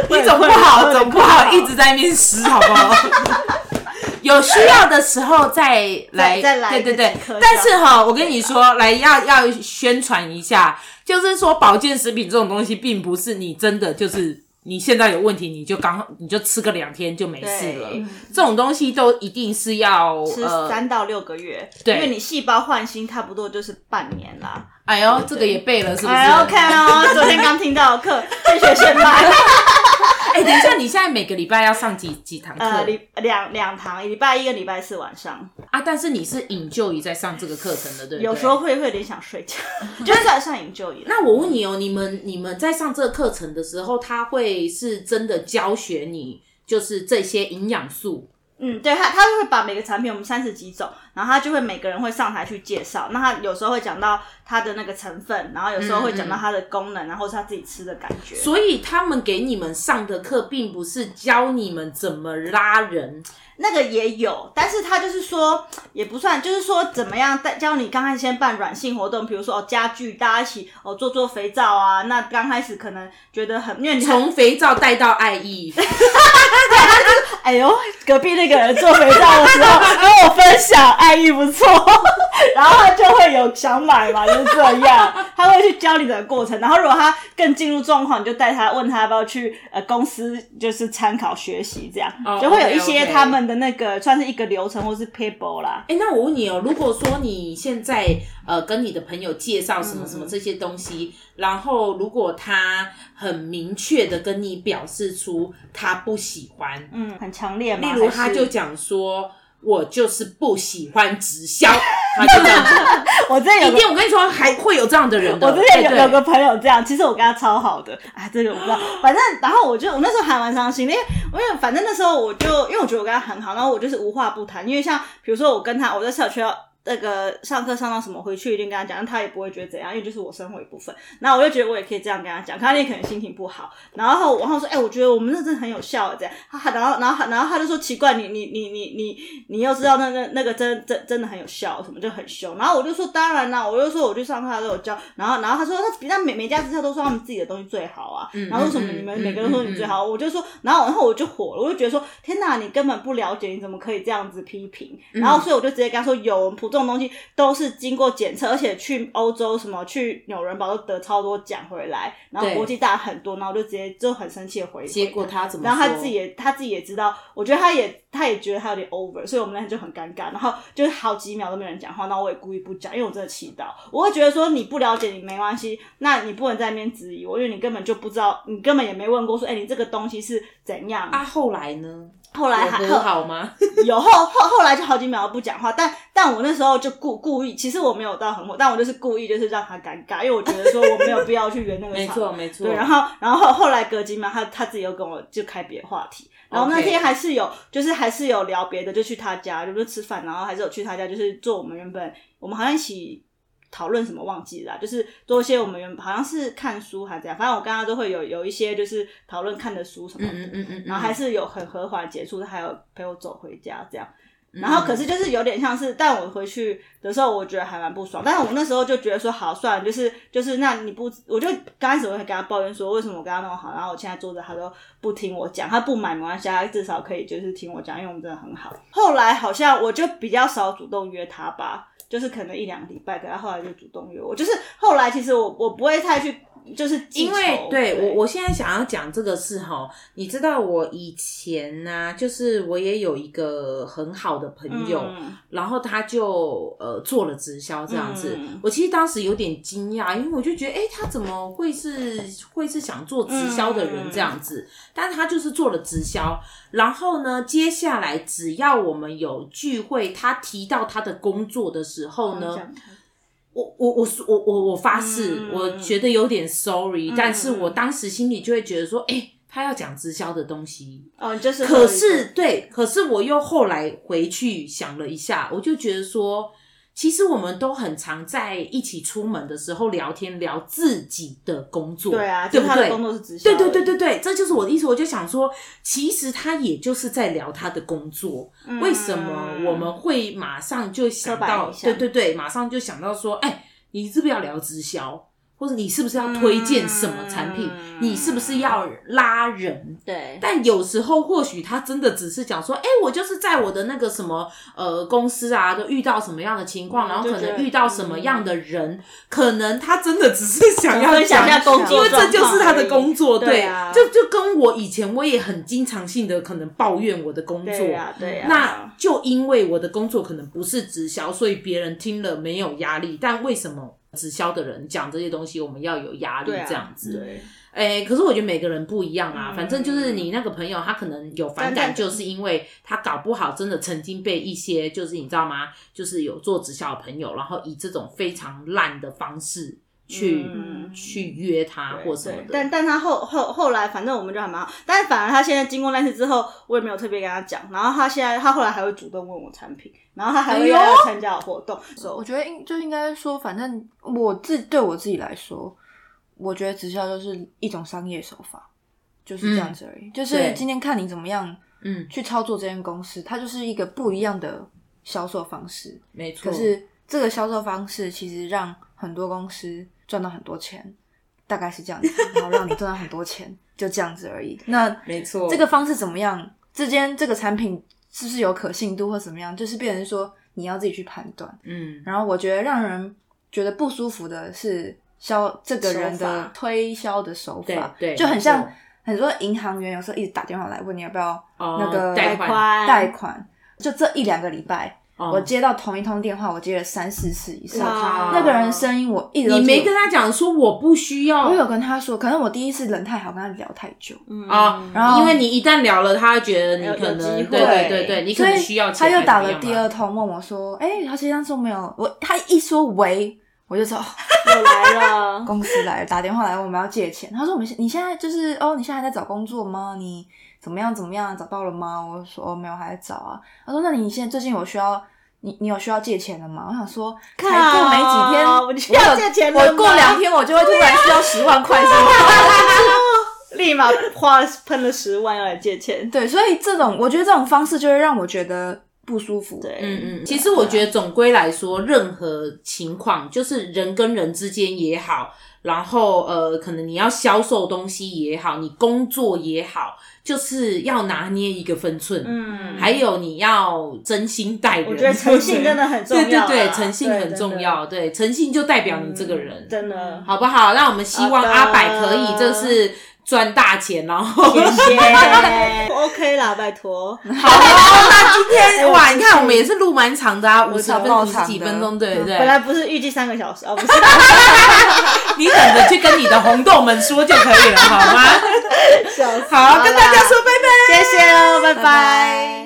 Speaker 1: 你总不好总不好一直在那边湿，好不
Speaker 2: [LAUGHS]
Speaker 1: 好？有需要的时候再来，
Speaker 2: 再再来
Speaker 1: 对对对
Speaker 2: 一颗。
Speaker 1: 但是哈，我跟你说，来要要宣传一下，就是说保健食品这种东西，并不是你真的就是你现在有问题，你就刚你就吃个两天就没事了
Speaker 2: 对。
Speaker 1: 这种东西都一定是要
Speaker 2: 吃
Speaker 1: 呃，
Speaker 2: 三到六个月，
Speaker 1: 对
Speaker 2: 因为你细胞换新差不多就是半年啦。
Speaker 1: 哎呦，这个也背了是不是？
Speaker 2: 哎呦，看
Speaker 1: [LAUGHS]
Speaker 2: 哦，昨天刚听到的课，现学现卖。
Speaker 1: 哎等一下，你现在每个礼拜要上几几
Speaker 2: [LAUGHS]
Speaker 1: 堂课、
Speaker 2: 呃，礼两两堂，礼拜一跟礼拜四晚上，
Speaker 1: 啊？但是你是引咎于在上这个课程的，对不对？
Speaker 2: 有时候会会有点想睡觉，就是晚上营救了。
Speaker 1: 那我问你哦，你们你们在上这个课程的时候，他会是真的教学你就是这些营养素？
Speaker 2: 嗯，对他，他就会把每个产品，我们三十几种，然后他就会每个人会上台去介绍。那他有时候会讲到它的那个成分，然后有时候会讲
Speaker 1: 嗯
Speaker 2: 到它的功能，然后是他自己吃的感觉。
Speaker 1: 所以他们给你们上的课，并不是教你们怎么拉人，
Speaker 2: 那个也有，但是他就是说也不算，就是说怎么样带教你刚开始先办软性活动，比如说哦家具，大家一起哦做做肥皂啊。那刚开始可能觉得很，因为你
Speaker 1: 从肥皂带到爱意。
Speaker 2: 哎呦， [LAUGHS] 隔壁那个人做肥皂的时候跟我分享，爱意不错， [LAUGHS] 然后他就会有想买嘛，就是这样，他会去教你的过程。然后如果他更进入状况，你就带他问他要不要去呃公司，就是参考学习这样
Speaker 1: 哦，
Speaker 2: 就会有一
Speaker 1: OK，OK
Speaker 2: 些他们的那个算是一个流程或是 paper 啦。
Speaker 1: 哎、那我问你哦，如果说你现在呃跟你的朋友介绍什
Speaker 2: 嗯
Speaker 1: 么什么这些东西，然后如果他很明确的跟你表示出他不喜欢，
Speaker 2: 嗯，很强烈
Speaker 1: 例
Speaker 2: 嘛。
Speaker 1: 如，
Speaker 2: 还是
Speaker 1: 他就讲说：“我就是不喜欢直销。” [LAUGHS] 他就这样子，
Speaker 2: [LAUGHS] [LAUGHS] 我之哎前有
Speaker 1: 一
Speaker 2: 个
Speaker 1: 定我跟你说，还会有这样的人的。
Speaker 2: 我之前有
Speaker 1: 对
Speaker 2: 有个朋友这样，其实我跟他超好的，哎，这个我不知道。反正，然后我就我那时候还蛮伤心的，因为因为反正那时候我就因为我觉得我跟他很好，然后我就是无话不谈。因为像比如说我跟他，我在社区要那个上课上到什么，回去一定跟他讲，但他也不会觉得怎样，因为就是我生活一部分。然后我就觉得我也可以这样跟他讲，可他那天可能心情不好，然后然后说，哎、我觉得我们那真的很有效，欸这样。他然后然后然后他就说奇怪，你你你你你你又知道那个那个真真真的很有效，什么就很凶。然后我就说当然啦，我就说我去上课他都有教。然后然后他说他那每每家之校都说他们自己的东西最好啊，然后为什么
Speaker 1: 嗯
Speaker 2: 你们
Speaker 1: 嗯
Speaker 2: 每个人都说
Speaker 1: 嗯嗯
Speaker 2: 你最好？我就说，然后然后我就火了，我就觉得说天哪，你根本不了解，你怎么可以这样子批评？然后所以我就直接跟他说，有我们普这种东西都是经过检测，而且去欧洲什么去纽伦堡都得超多奖回来，然后
Speaker 1: 对
Speaker 2: 国际大很多，然后我就直接就很生气的回
Speaker 1: 结
Speaker 2: 回
Speaker 1: 果他怎么说？
Speaker 2: 然后他自己也他自己也知道，我觉得他也他也觉得他有点 over，所以我们那天就很尴尬，然后就是好几秒都没有人讲话，然后我也故意不讲，因为我真的气到，我会觉得说你不了解你没关系，那你不能在那边质疑我，因为你根本就不知道，你根本也没问过说，哎、你这个东西是怎样？
Speaker 1: 啊，后来呢？
Speaker 2: 后来还
Speaker 1: 有
Speaker 2: 后
Speaker 1: 和好吗？
Speaker 2: 有后后后来就好几秒都不讲话，但但我那时候就故故意，其实我没有到很火，但我就是故意就是让他尴尬，因为我觉得说我没有必要去圆那个
Speaker 1: [LAUGHS] 没
Speaker 2: 场。
Speaker 1: 错，没错。
Speaker 2: 对，然后 [LAUGHS] 然后后来隔几秒，他他自己又跟我就开别的话题，然后那
Speaker 1: OK
Speaker 2: 天还是有就是还是有聊别的，就去他家，就是吃饭，然后还是有去他家，就是做我们原本我们好像一起讨论什么忘记了啊、就是做一些我们原好像是看书还是怎样，反正我跟他都会有有一些就是讨论看的书什么
Speaker 1: 嗯
Speaker 2: 的，
Speaker 1: 嗯嗯嗯，
Speaker 2: 然后还
Speaker 1: 是
Speaker 2: 是有很和缓结束，他还有陪我走回家这样。
Speaker 1: 嗯
Speaker 2: 然后可是就是有点像是，但我回去的时候，我觉得还蛮不爽。但是我那时候就觉得说，好算了，就是就是，那你不，我就刚开始我会跟他抱怨说，为什么我跟他那么好，然后我现在做着他都不听我讲，他不买没关系，他至少可以就是听我讲，因为我们真的很好。后来好像我就比较少主动约他吧，就是可能一两个礼拜，可他后来就主动约我。就是后来其实我我不会太去，就是记
Speaker 1: 因为
Speaker 2: 仇
Speaker 1: 对我，我现在想要讲这个事哈，你知道我以前呢、就是我也有一个很好的朋友，
Speaker 2: 嗯
Speaker 1: 然后他就呃做了直销这样子。
Speaker 2: 嗯
Speaker 1: 我其实当时有点惊讶，因为我就觉得，哎，他怎么会是会是想做直销的
Speaker 2: 嗯
Speaker 1: 人这样子？但他就是做了直销。然后呢，接下来只要我们有聚会，他提到他的工作的时候呢，
Speaker 2: 这样
Speaker 1: 我我我我我我发誓，
Speaker 2: 嗯
Speaker 1: 我觉得有点 sorry，、
Speaker 2: 嗯
Speaker 1: 但是我当时心里就会觉得说，哎、他要讲直销的东西，
Speaker 2: 哦，就是会有
Speaker 1: 可
Speaker 2: 一个
Speaker 1: 是对，可是我又后来回去想了一下，我就觉得说，其实我们都很常在一起出门的时候聊天，聊自己的工作，
Speaker 2: 对啊，
Speaker 1: 对
Speaker 2: 就
Speaker 1: 不
Speaker 2: 他的工
Speaker 1: 对？
Speaker 2: 作是直销
Speaker 1: 对对
Speaker 2: 的，
Speaker 1: 对对对，这就是我的意思。我就想说，其实他也就是在聊他的工作，
Speaker 2: 嗯
Speaker 1: 为什么我们会马上就想
Speaker 2: 刻板
Speaker 1: 到？
Speaker 2: 印象
Speaker 1: 对对对，马上就想到说，哎，你是不是要聊直销？或者你是不是要推荐什么产品，
Speaker 2: 嗯
Speaker 1: 你是不是要拉人。
Speaker 2: 对，
Speaker 1: 但有时候或许他真的只是讲说，哎、我就是在我的那个什么呃公司啊，就遇到什么样的情况，
Speaker 2: 嗯
Speaker 1: 然后可
Speaker 2: 就觉
Speaker 1: 能
Speaker 2: 得
Speaker 1: 遇到什么样的人，可能他真的只是想 [LAUGHS] 要
Speaker 2: 分享
Speaker 1: 讲
Speaker 2: 一下嗯工作
Speaker 1: 因为
Speaker 2: 状况
Speaker 1: 这
Speaker 2: 而已，
Speaker 1: 就是他的工作，
Speaker 2: 对啊
Speaker 1: 就就跟我以前我也很经常性的可能抱怨我的工作，
Speaker 2: 对啊呀，对呀，
Speaker 1: 那就因为我的工作可能不是直销，所以别人听了没有压力，但为什么？直销的人讲这些东西，我们要有压力
Speaker 2: 对啊
Speaker 1: 这样子。
Speaker 2: 对
Speaker 1: 哎、可是我觉得每个人不一样啊。
Speaker 2: 嗯
Speaker 1: 反正就是你那个朋友，他可能有反感，
Speaker 2: 但但
Speaker 1: 就是因为他搞不好真的曾经被一些就是你知道吗？就是有做直销的朋友，然后以这种非常烂的方式去、
Speaker 2: 嗯
Speaker 1: 去约他
Speaker 2: 对
Speaker 1: 或什么
Speaker 2: 对
Speaker 1: 的。
Speaker 2: 但但他后后后来，反正我们就还蛮好。但是反而他现在经过那次之后，我也没有特别跟他讲。然后他现在他后来还会主动问我产品，然后他还
Speaker 1: 哎
Speaker 2: 会
Speaker 1: 呦
Speaker 2: 要我参加我活动。
Speaker 3: 我觉得应就应该说，反正我自对我自己来说，我觉得直销就是一种商业手法，就是这样子而已。就是
Speaker 1: 对
Speaker 3: 今天看你怎么样
Speaker 1: 嗯，
Speaker 3: 去操作这间公司，它就是一个不一样的销售方式。
Speaker 1: 没错。
Speaker 3: 可是这个销售方式其实让很多公司赚到很多钱，大概是这样子，然后让你赚到很多钱，就这样子而 [LAUGHS] 已。那
Speaker 1: 没错
Speaker 3: 这个方式怎么样？之间这个产品是不是有可信度或怎么样？就是变成说你要自己去判断。
Speaker 1: 嗯，
Speaker 3: 然后我觉得让人觉得不舒服的是销这个人
Speaker 2: 手
Speaker 3: 的
Speaker 2: 法
Speaker 3: 推销的手
Speaker 1: 对
Speaker 3: 法，
Speaker 1: 对
Speaker 3: 就很
Speaker 1: 没
Speaker 3: 像
Speaker 1: 错
Speaker 3: 很多银行员有时候一直打电话来问你要不要
Speaker 1: 哦
Speaker 3: 那个
Speaker 1: 贷款
Speaker 2: 款
Speaker 3: 贷款。就这一两个礼拜，
Speaker 1: 哦
Speaker 3: 我接到同一通电话，我接了三四次以上。
Speaker 1: 哇
Speaker 3: 那个人声音我一直都
Speaker 1: 你
Speaker 3: 记
Speaker 1: 没
Speaker 3: 得
Speaker 1: 跟他讲说我不需要，
Speaker 3: 我有跟他说，可能我第一次人太好，跟他聊太久，
Speaker 2: 嗯
Speaker 1: 啊
Speaker 3: 然后
Speaker 1: 因为你一旦聊了，他会觉得你
Speaker 2: 有
Speaker 1: 可
Speaker 2: 有机
Speaker 1: 能
Speaker 2: 会
Speaker 1: 对对对对，你可
Speaker 3: 所
Speaker 1: 能
Speaker 3: 以
Speaker 1: 需要钱
Speaker 3: 他
Speaker 1: 还是
Speaker 3: 又
Speaker 1: 怎么样
Speaker 3: 打
Speaker 1: 嘛，
Speaker 3: 了第二通问我说：“哎、他先生说没有我。”他一说喂，我就说、哦
Speaker 2: 又来了，
Speaker 3: 公司来了，打电话来，我们要借钱。他说：“我们现你现在就是哦，你现在还在找工作吗？你怎么样怎么样？找到了吗？”我说：“哦，没有，还在找啊。”他说：“那你现在最近有需要你你有需要借钱了吗？”我想说，才
Speaker 2: 靠
Speaker 3: 过没几
Speaker 2: [LAUGHS]
Speaker 3: 天，
Speaker 2: 我就要
Speaker 3: 有
Speaker 2: 借钱了
Speaker 3: 我过
Speaker 2: 吗
Speaker 3: 两天我就会突然需要十万块，是吗？
Speaker 2: [LAUGHS] 立马花喷了十万要来借钱。
Speaker 3: [LAUGHS] 对，所以这种我觉得这种方式就会让我觉得不舒服。
Speaker 2: 对，
Speaker 1: 嗯嗯，其实我觉得总归来说，任何情况，就是人跟人之间也好，然后呃，可能你要销售东西也好，你工作也好，就是要拿捏一个分寸，
Speaker 2: 嗯
Speaker 1: 还有你要真心待人。
Speaker 2: 我觉得诚信真的很重要
Speaker 1: 对
Speaker 2: 啊。
Speaker 1: 对对，诚信
Speaker 2: 对
Speaker 1: 很重，要，对，诚信就代表你这个人，
Speaker 2: 真的真的。
Speaker 1: 好不好？那我们希望
Speaker 2: 好的
Speaker 1: 阿百可以就是赚大钱，然后
Speaker 2: 谢谢 [LAUGHS] ，OK 啦，拜托。
Speaker 1: 好哦，那今天哇，你看我们也是录蛮长的啊，五十
Speaker 3: 超
Speaker 1: 分
Speaker 3: 爆
Speaker 1: 五十
Speaker 3: 长
Speaker 1: 几
Speaker 3: 的
Speaker 1: 分钟，对不对
Speaker 2: 本？来不是预计三个小时，哦，不
Speaker 1: [LAUGHS]
Speaker 2: 是，
Speaker 1: 你等着去跟你的红豆们说就可以了，好吗？
Speaker 2: 小时。
Speaker 1: 好，跟大家说拜拜。
Speaker 2: 谢谢哦，拜
Speaker 3: 拜拜
Speaker 2: 拜。